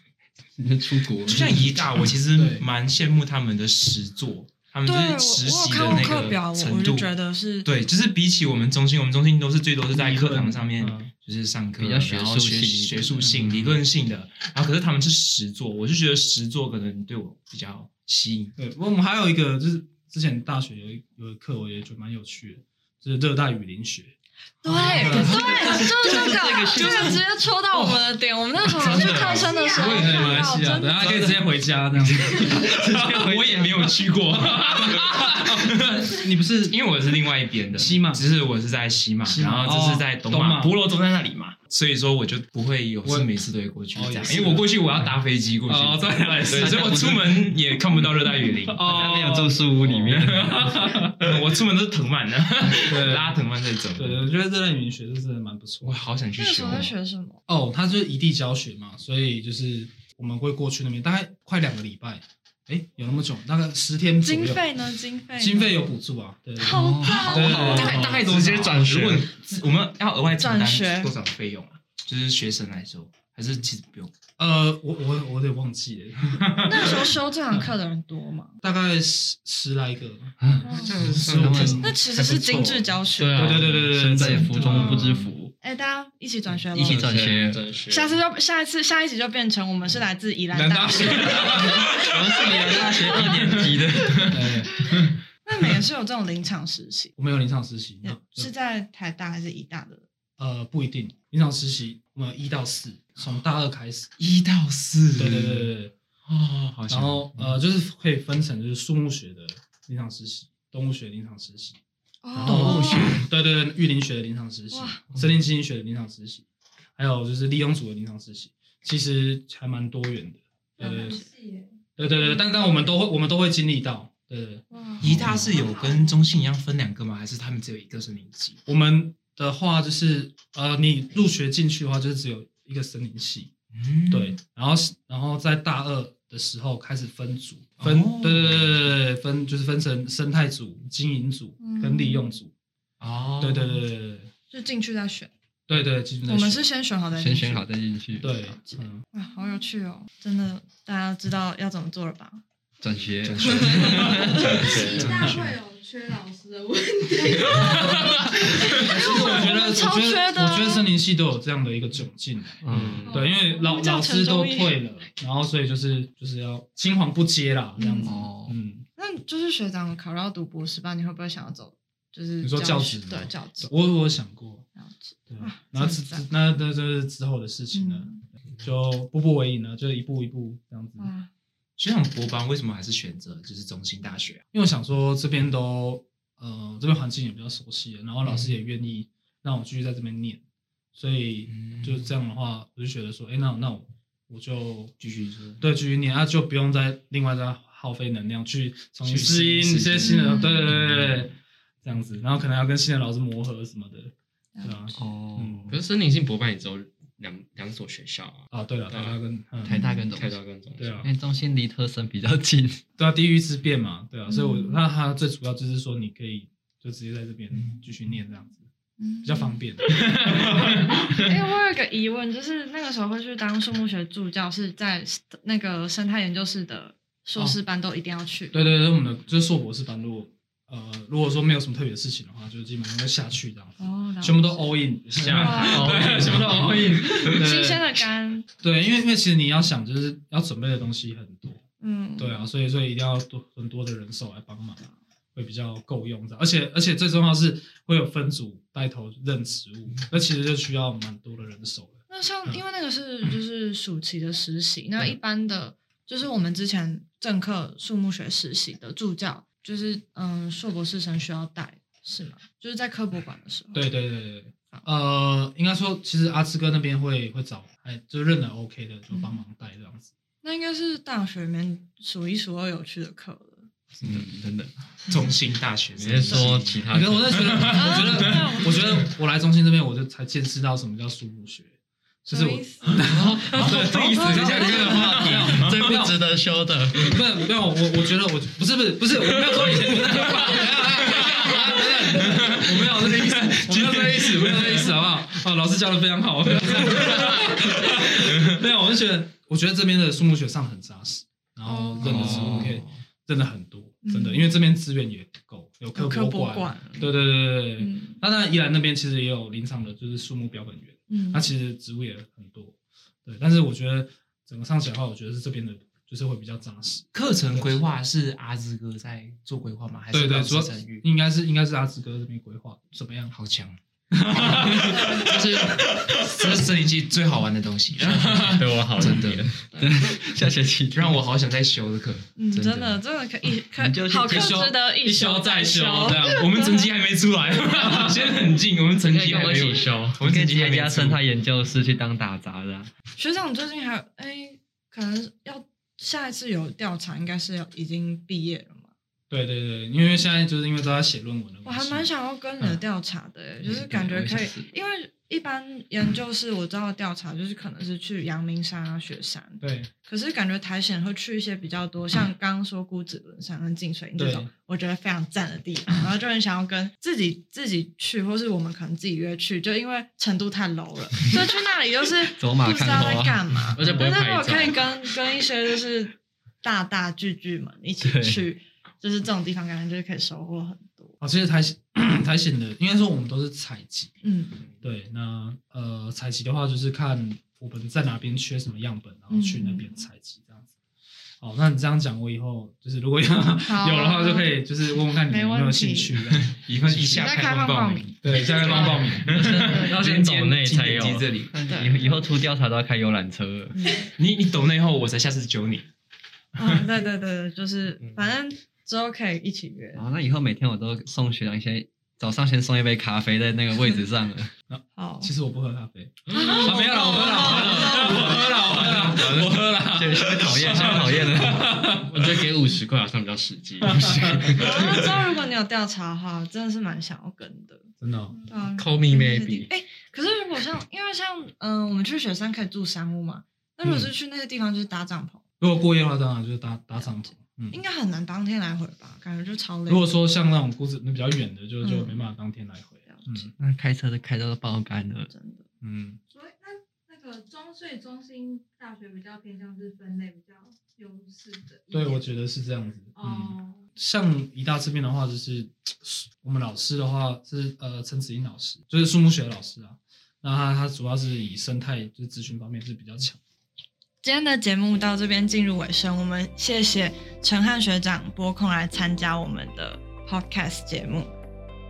Speaker 5: <laughs> 你就出国，
Speaker 3: 就像宜大，我其实
Speaker 4: 对
Speaker 3: 蛮羡慕他们的实作，他们
Speaker 1: 对
Speaker 3: 就是实
Speaker 1: 我，我有
Speaker 3: 习的
Speaker 1: 看过课表，
Speaker 3: 那个
Speaker 1: 我
Speaker 3: 程
Speaker 1: 我就
Speaker 3: 度。
Speaker 1: 觉得是
Speaker 3: 对，就是比起我们中心，我们中心都是最多是在课堂上面
Speaker 4: 嗯，
Speaker 3: 就是上课，
Speaker 5: 比较学术
Speaker 3: 然后学
Speaker 5: 性一点
Speaker 3: 学术性、理论性的。然后可是他们是实作，我就觉得实作可能对我比较吸引。
Speaker 4: 对。不过我们还有一个就是之前大学有一有一课，我也觉得蛮有趣的，就是热带雨林学。
Speaker 1: 对对，就是这个，这个直接戳到我们的点。我们那时候去看生的时候
Speaker 4: 我也在马
Speaker 1: 看
Speaker 4: 来
Speaker 1: 到，
Speaker 4: 西亚，
Speaker 1: 真
Speaker 4: 啊等
Speaker 1: 的
Speaker 4: 下可以直接回家这样 <laughs> 子。
Speaker 3: 我也没有去 <laughs> 过，
Speaker 4: 你不是
Speaker 3: 因为我是另外一边的
Speaker 4: 西马
Speaker 3: 只是我是在西马，
Speaker 4: 西
Speaker 3: 然
Speaker 4: 马
Speaker 3: 后这是在东
Speaker 4: 哦东马
Speaker 3: 马，博罗都在那里嘛，所以说我就不会有
Speaker 4: 我
Speaker 3: 事每次都会过去
Speaker 4: 哦
Speaker 3: 这样
Speaker 4: 也，是
Speaker 3: 因为我过去我要搭飞机过去，
Speaker 4: 哦，再来
Speaker 3: 对，所以我出门也看不到热带雨林。
Speaker 4: 哦，
Speaker 5: 没有住宿屋里面，
Speaker 3: <laughs> 我出门都是藤蔓的，
Speaker 4: 对
Speaker 3: 拉藤蔓在走。
Speaker 4: 对，我觉得热带雨林学是真的蛮不错
Speaker 3: 我。好想去
Speaker 1: 那时
Speaker 3: 学
Speaker 1: 候。在学什么？
Speaker 4: 哦，他就是异地教学嘛，所以就是我们会过去那边，大概快两个礼拜，哎，有那么久，大概十天左右。
Speaker 1: 经费呢？经费呢？
Speaker 4: 经费有补助啊，对对对
Speaker 1: 好棒
Speaker 4: 对
Speaker 1: 哦！
Speaker 4: 对
Speaker 3: 大概大概多少
Speaker 6: 直接转学
Speaker 3: 如果你自我们要额外承
Speaker 1: 转学
Speaker 3: 担多少费用啊？就是学生来说，还是其实不用？
Speaker 4: 呃，我我我得忘记了，
Speaker 1: 那时候修这堂课的人多吗？
Speaker 4: 大概十十来个。
Speaker 1: 哦
Speaker 6: 样子
Speaker 4: 算了
Speaker 6: 还不错
Speaker 1: 那其实是精致教学。
Speaker 6: 对啊
Speaker 4: 对对对对对，
Speaker 5: 身在
Speaker 4: 真的
Speaker 5: 福中不知福，
Speaker 1: 哎，大家一起转学喽
Speaker 5: 一！起转学。
Speaker 2: 转学，
Speaker 1: 下次就下一次下一集就变成我们是来自宜兰
Speaker 4: 南
Speaker 1: 大
Speaker 4: 大
Speaker 1: 学
Speaker 4: 学，，
Speaker 5: 我们是宜兰大学一年级的，
Speaker 4: <laughs> 对，
Speaker 1: 那你们也是有这种临场实习，
Speaker 4: 我们有临场实习，那
Speaker 1: <laughs> 是在台大还是宜大的？
Speaker 4: 呃不一定，临场实习我们有一到四，从大二开始，
Speaker 3: 一到四，
Speaker 4: 对对对对对，
Speaker 3: 哦，好像。
Speaker 4: 然后呃就是可以分成就是树木学的临场实习，动物学临场实习，
Speaker 1: 哦，
Speaker 4: 对对对，育林学的临场实习
Speaker 1: 哇，
Speaker 4: 森林基因学的临场实习，还有就是利用组的临场实习，其实还蛮多元的，对对
Speaker 2: 呃
Speaker 1: 嗯
Speaker 4: 对
Speaker 7: 细耶，
Speaker 4: 对对对，但但我们都会我们都会经历到，对对对。
Speaker 1: 哇
Speaker 3: 宜大是有跟中信一样分两个吗？还是他们只有一个是零级？
Speaker 4: 我们的话，就是呃，你入学进去的话，就是只有一个森林系，
Speaker 3: 嗯，
Speaker 4: 对，然后然后在大二的时候开始分组，分、
Speaker 3: 哦
Speaker 4: 对对对对对，分就是分成生态组、经营组跟利用组，
Speaker 3: 哦，
Speaker 4: 对对对对对
Speaker 1: 就进去再选。
Speaker 4: 对对对，基本
Speaker 1: 我们是先选好再进
Speaker 5: 先
Speaker 1: 去
Speaker 5: 选好再进去，
Speaker 4: 对，嗯
Speaker 1: 哇，好有趣哦！真的，大家知道要怎么做了吧？
Speaker 5: 转学，
Speaker 3: 转学
Speaker 5: <laughs>
Speaker 7: 期待会有缺老师的问题。
Speaker 4: 其实我觉得，我
Speaker 1: 超
Speaker 4: 觉
Speaker 1: 缺
Speaker 4: 得，
Speaker 1: 的啊
Speaker 4: 我觉得森林系都有这样的一个窘境，
Speaker 5: 嗯，
Speaker 4: 对，因为老
Speaker 1: 这样
Speaker 4: 老师都
Speaker 1: 陈忠义
Speaker 4: 退了，然后所以就是就是要青黄不接啦，这样子，
Speaker 5: 哦，
Speaker 4: 嗯，
Speaker 1: 那就是学长考到读博士吧，你会不会想要走？就是
Speaker 4: 你说
Speaker 1: 教
Speaker 4: 教职吗
Speaker 1: 对教职，
Speaker 4: 我我想过，
Speaker 1: 了解
Speaker 4: 对
Speaker 1: 啊，
Speaker 4: 然后
Speaker 1: 真
Speaker 4: 之
Speaker 1: 赞
Speaker 4: 之那那就是之后的事情了，
Speaker 1: 嗯
Speaker 4: 就步步为营了，就一步一步这样子，
Speaker 1: 哇，
Speaker 3: 学长博班为什么还是选择就是中心大
Speaker 4: <laughs>
Speaker 3: 学啊？
Speaker 4: 因为我想说这边都呃这边环境也比较熟悉了，然后老师也愿意让我继续在这边念，所以
Speaker 3: 嗯
Speaker 4: 就是这样的话，我就觉得说，哎，那那我我就
Speaker 3: 继续就是
Speaker 4: 对继续念，啊就不用再另外再耗费能量去重新
Speaker 3: 去
Speaker 4: 适应
Speaker 3: 适应
Speaker 4: 一些新的，
Speaker 1: 嗯
Speaker 4: 对对对对对，这样子，然后可能要跟新的老师磨合什么的，对啊，
Speaker 5: 哦，
Speaker 4: 嗯
Speaker 2: 可，是森林性博班也只有两两所学校啊，
Speaker 4: 啊对了，台大跟嗯
Speaker 5: 台大跟中
Speaker 2: 台
Speaker 5: 心
Speaker 2: 大跟中
Speaker 4: 对啊
Speaker 5: 因为中心离特生比较近，
Speaker 4: 对啊地域之变嘛，对啊，所以我
Speaker 1: 嗯
Speaker 4: 那他最主要就是说你可以就直接在这边继续念这样子，
Speaker 1: 比
Speaker 4: 比较
Speaker 1: 嗯
Speaker 4: 方。便。
Speaker 1: 哎，我有个疑问，就是那个时候会去当树木学助教，是在那个生态研究室的硕士班都一定要去。
Speaker 4: 哦对对对，我们的就是硕博士班，如果呃如果说没有什么特别的事情的话，就是基本上会下去这样子，
Speaker 1: 哦，了解
Speaker 4: 全部都 all in 下海，
Speaker 1: 哇
Speaker 4: 对，全部都 all in，对对
Speaker 1: 新鲜
Speaker 4: 对
Speaker 1: 的干，
Speaker 4: 对，因为因为其实你要想就是要准备的东西很多，
Speaker 1: 嗯，
Speaker 4: 对啊，所以所以一定要多很多的人手来帮忙，会比较够用这样，而且而且最重要是会有分组带头认植物，那其实就需要蛮多的人手的，
Speaker 1: 那像因为那个是
Speaker 4: 嗯
Speaker 1: 就是暑期的实习，那一般的就是我们之前政课树木学实习的助教，就是嗯硕博士生需要带是吗？就是在科博馆的时候。
Speaker 4: 对对对对对。呃，应该说，其实阿志哥那边会会找，哎，就认得 OK 的，就帮忙带这样子。
Speaker 1: 那应该是大学里面数一数二有趣的课了。
Speaker 5: 真的真的，
Speaker 3: 中心大学，
Speaker 2: 你是说其他
Speaker 4: 啊可是我在觉 <laughs> 得，我觉
Speaker 1: 啊
Speaker 4: 得，我觉得我来中心这边，我就才见识到什么叫输入学，就是
Speaker 1: 什么
Speaker 4: 我
Speaker 1: 意
Speaker 4: 啊
Speaker 1: 思？
Speaker 4: 对，这意思一下这个话题，
Speaker 5: 最不值得修 <laughs> 的，
Speaker 4: 不是没有我，我觉得我不是不是不是，我没有说以前不是这个 <laughs> 话，等一下等一下等一下等一下我没有这个意思，我没有这个意思，我没有这个意思，好不好？哦，老师教的非常好， <laughs> 没有，我就觉得，我觉得这边的树木学上得很扎实，然后认的植物可以认的很多，真的，因为这边资源也够，嗯有科
Speaker 1: 科
Speaker 4: 博
Speaker 1: 博
Speaker 4: 馆
Speaker 1: 馆，
Speaker 4: 对对对对对。
Speaker 1: 嗯
Speaker 4: 那当然，宜兰那边其实也有林场的，就是树木标本园，
Speaker 1: 嗯
Speaker 4: 它其实植物也很多，对。但是我觉得整个上起来的话，我觉得是这边的，就是会比较扎实。
Speaker 3: 课程规划是阿志哥在做规划吗？还
Speaker 4: 对
Speaker 3: 是
Speaker 4: 对，
Speaker 3: 老
Speaker 4: 主要
Speaker 3: 师参与？
Speaker 4: 应该是应该是阿志哥这边规划怎么样？
Speaker 3: 好强！就是 <laughs> 这是森林系最好玩的东
Speaker 4: <laughs>
Speaker 3: 西，
Speaker 2: 对我好一
Speaker 3: 真
Speaker 2: 点
Speaker 5: <laughs>
Speaker 3: 的
Speaker 5: 下学期
Speaker 3: 让我好想再修的课。
Speaker 1: 嗯，真的
Speaker 3: 的，
Speaker 1: 真的可
Speaker 4: <laughs>
Speaker 1: 以，可
Speaker 5: 你就
Speaker 1: 好课
Speaker 4: 一修
Speaker 1: 值得
Speaker 4: 一修再
Speaker 1: 再
Speaker 4: 修这
Speaker 1: 修。
Speaker 4: 样。
Speaker 3: 我们成绩还没出来，
Speaker 4: <laughs>
Speaker 3: 先冷静。我们成
Speaker 5: 你可以
Speaker 3: 绩
Speaker 5: 跟
Speaker 3: 还
Speaker 5: 我
Speaker 3: 没
Speaker 5: 一
Speaker 3: 有
Speaker 5: 起
Speaker 3: 修，
Speaker 5: 修，
Speaker 3: 我
Speaker 5: 我
Speaker 3: 们
Speaker 5: 可
Speaker 3: 成
Speaker 5: 以
Speaker 3: 绩
Speaker 5: 去
Speaker 3: 还
Speaker 5: 参
Speaker 3: 没
Speaker 5: 加
Speaker 3: 出
Speaker 5: 生态研究室去当打杂的啊，
Speaker 1: 学长最近还有哎，可能要下一次有调查，应该是要已经毕业了嘛？
Speaker 4: 对对对，因为现在就是因为都在写论文的
Speaker 1: 我
Speaker 4: 关
Speaker 1: 还
Speaker 4: 系，
Speaker 1: 蛮想要跟你的调查的、欸就是感觉可以，因为一般研究室我知道调查就是可能是去阳明山啊、雪山，
Speaker 4: 对
Speaker 1: 可是感觉苔藓会去一些比较多，像刚刚说孤子仑山跟净水营这种
Speaker 4: 对，
Speaker 1: 我觉得非常赞的地方，然后就很想要跟自己自己去，或是我们可能自己约去，就因为程度太 low 了，所以去那里就是
Speaker 5: 走马
Speaker 1: 不知
Speaker 5: 看
Speaker 1: 道
Speaker 5: 花
Speaker 1: 在干
Speaker 5: <laughs>
Speaker 1: 嘛。
Speaker 2: 而且不会
Speaker 1: 但是
Speaker 2: 拍
Speaker 1: 我可以
Speaker 2: 照。
Speaker 1: 跟跟一些就是大大巨巨们一起
Speaker 5: 对
Speaker 1: 去，就是这种地方感觉就是可以收获很多。
Speaker 4: 哦，其 <coughs> 实苔藓苔藓的，应该说我们都是采集。
Speaker 1: 嗯
Speaker 4: 对，那呃，采集的话就是看我们在哪边缺什么样本，然后去那边采集这样子。哦，那你这样讲，我以后就是如果有有的话，就可以就是问问看你们有没有兴趣。这样
Speaker 3: 以后以下
Speaker 1: 在
Speaker 3: 开
Speaker 1: 开放
Speaker 3: 放报
Speaker 1: 报
Speaker 3: 名，
Speaker 1: 名，
Speaker 4: 对，下面帮报名。
Speaker 2: 要先走内才有嗯
Speaker 3: 请点击这里。
Speaker 1: 对
Speaker 5: 以以后出调查都要开游览车了，
Speaker 3: 你你懂内后，我才下次揪你。
Speaker 1: <laughs> 嗯，对对对，对就是
Speaker 4: 嗯
Speaker 1: 反正之后可以一起约。
Speaker 5: 啊，那以后每天我都送学长先早上先送一杯咖啡在那个位置上 <laughs> 了，
Speaker 1: 好，
Speaker 4: 其实我不喝咖啡，
Speaker 1: 啊
Speaker 4: 啊，没有啦，我喝啦，我喝啦，我喝啦，我喝啦，
Speaker 5: 现在讨厌，现在讨厌了， <laughs>
Speaker 2: 我觉得给五十块好像比较实际。
Speaker 1: 之后如果你有调查的话，真的是蛮想要跟的。
Speaker 4: 真的哦、
Speaker 1: 对啊
Speaker 2: Call me
Speaker 1: 那些地
Speaker 2: maybe，
Speaker 1: 哎、可是如果像，因为像，嗯、我们去雪山可以住山屋嘛，那如
Speaker 4: 嗯
Speaker 1: 果是去那些地方就是搭帐篷，
Speaker 4: 如果过夜的话，当然就是搭搭帐篷。嗯，
Speaker 1: 应该很难当天来回吧？感觉就超累。
Speaker 4: 如果说像那种故事那比较远的，就就
Speaker 1: 嗯
Speaker 4: 没办法当天来回。
Speaker 1: 了解
Speaker 4: 嗯
Speaker 5: 那开车都开到爆肝了。
Speaker 1: 真的，
Speaker 4: 嗯，
Speaker 7: 所以那那个中税中心大学比较偏向是分类比较优势的一点。
Speaker 4: 对，我觉得是这样子。嗯，
Speaker 7: 哦，
Speaker 4: 像一大这边的话，就是我们老师的话是呃陈子英老师，就是树木学的老师啊。那他他主要是以生态就是咨询方面是比较强。
Speaker 1: 今天的节目到这边进入尾声，我们谢谢陈汉学长拨空来参加我们的 podcast 节目。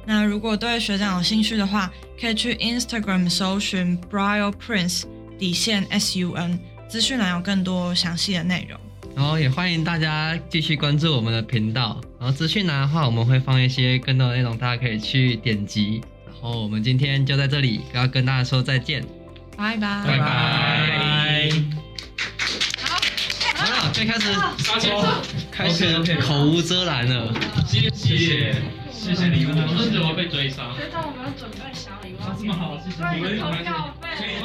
Speaker 1: 那如果对学长有兴趣的话，可以去 Instagram 搜寻 Brio Prince 底线 Sun，资讯栏有更多详细的内容。
Speaker 5: 然后也欢迎大家继续关注我们的频道。然后资讯栏的话，我们会放一些更多的内容，大家可以去点击。然后我们今天就在这里，要跟大家说再见。
Speaker 1: 拜拜。
Speaker 3: 拜拜。
Speaker 5: 啊，最开始
Speaker 2: 大家
Speaker 5: 开始
Speaker 2: OK，OK
Speaker 5: 口无遮拦了。
Speaker 2: 谢谢谢谢礼物，我都觉得我被追杀。
Speaker 7: 学长，我们要准备小礼物，
Speaker 2: 这么好的事情
Speaker 7: 不然
Speaker 2: 你
Speaker 7: 你
Speaker 2: 们
Speaker 7: 通告费。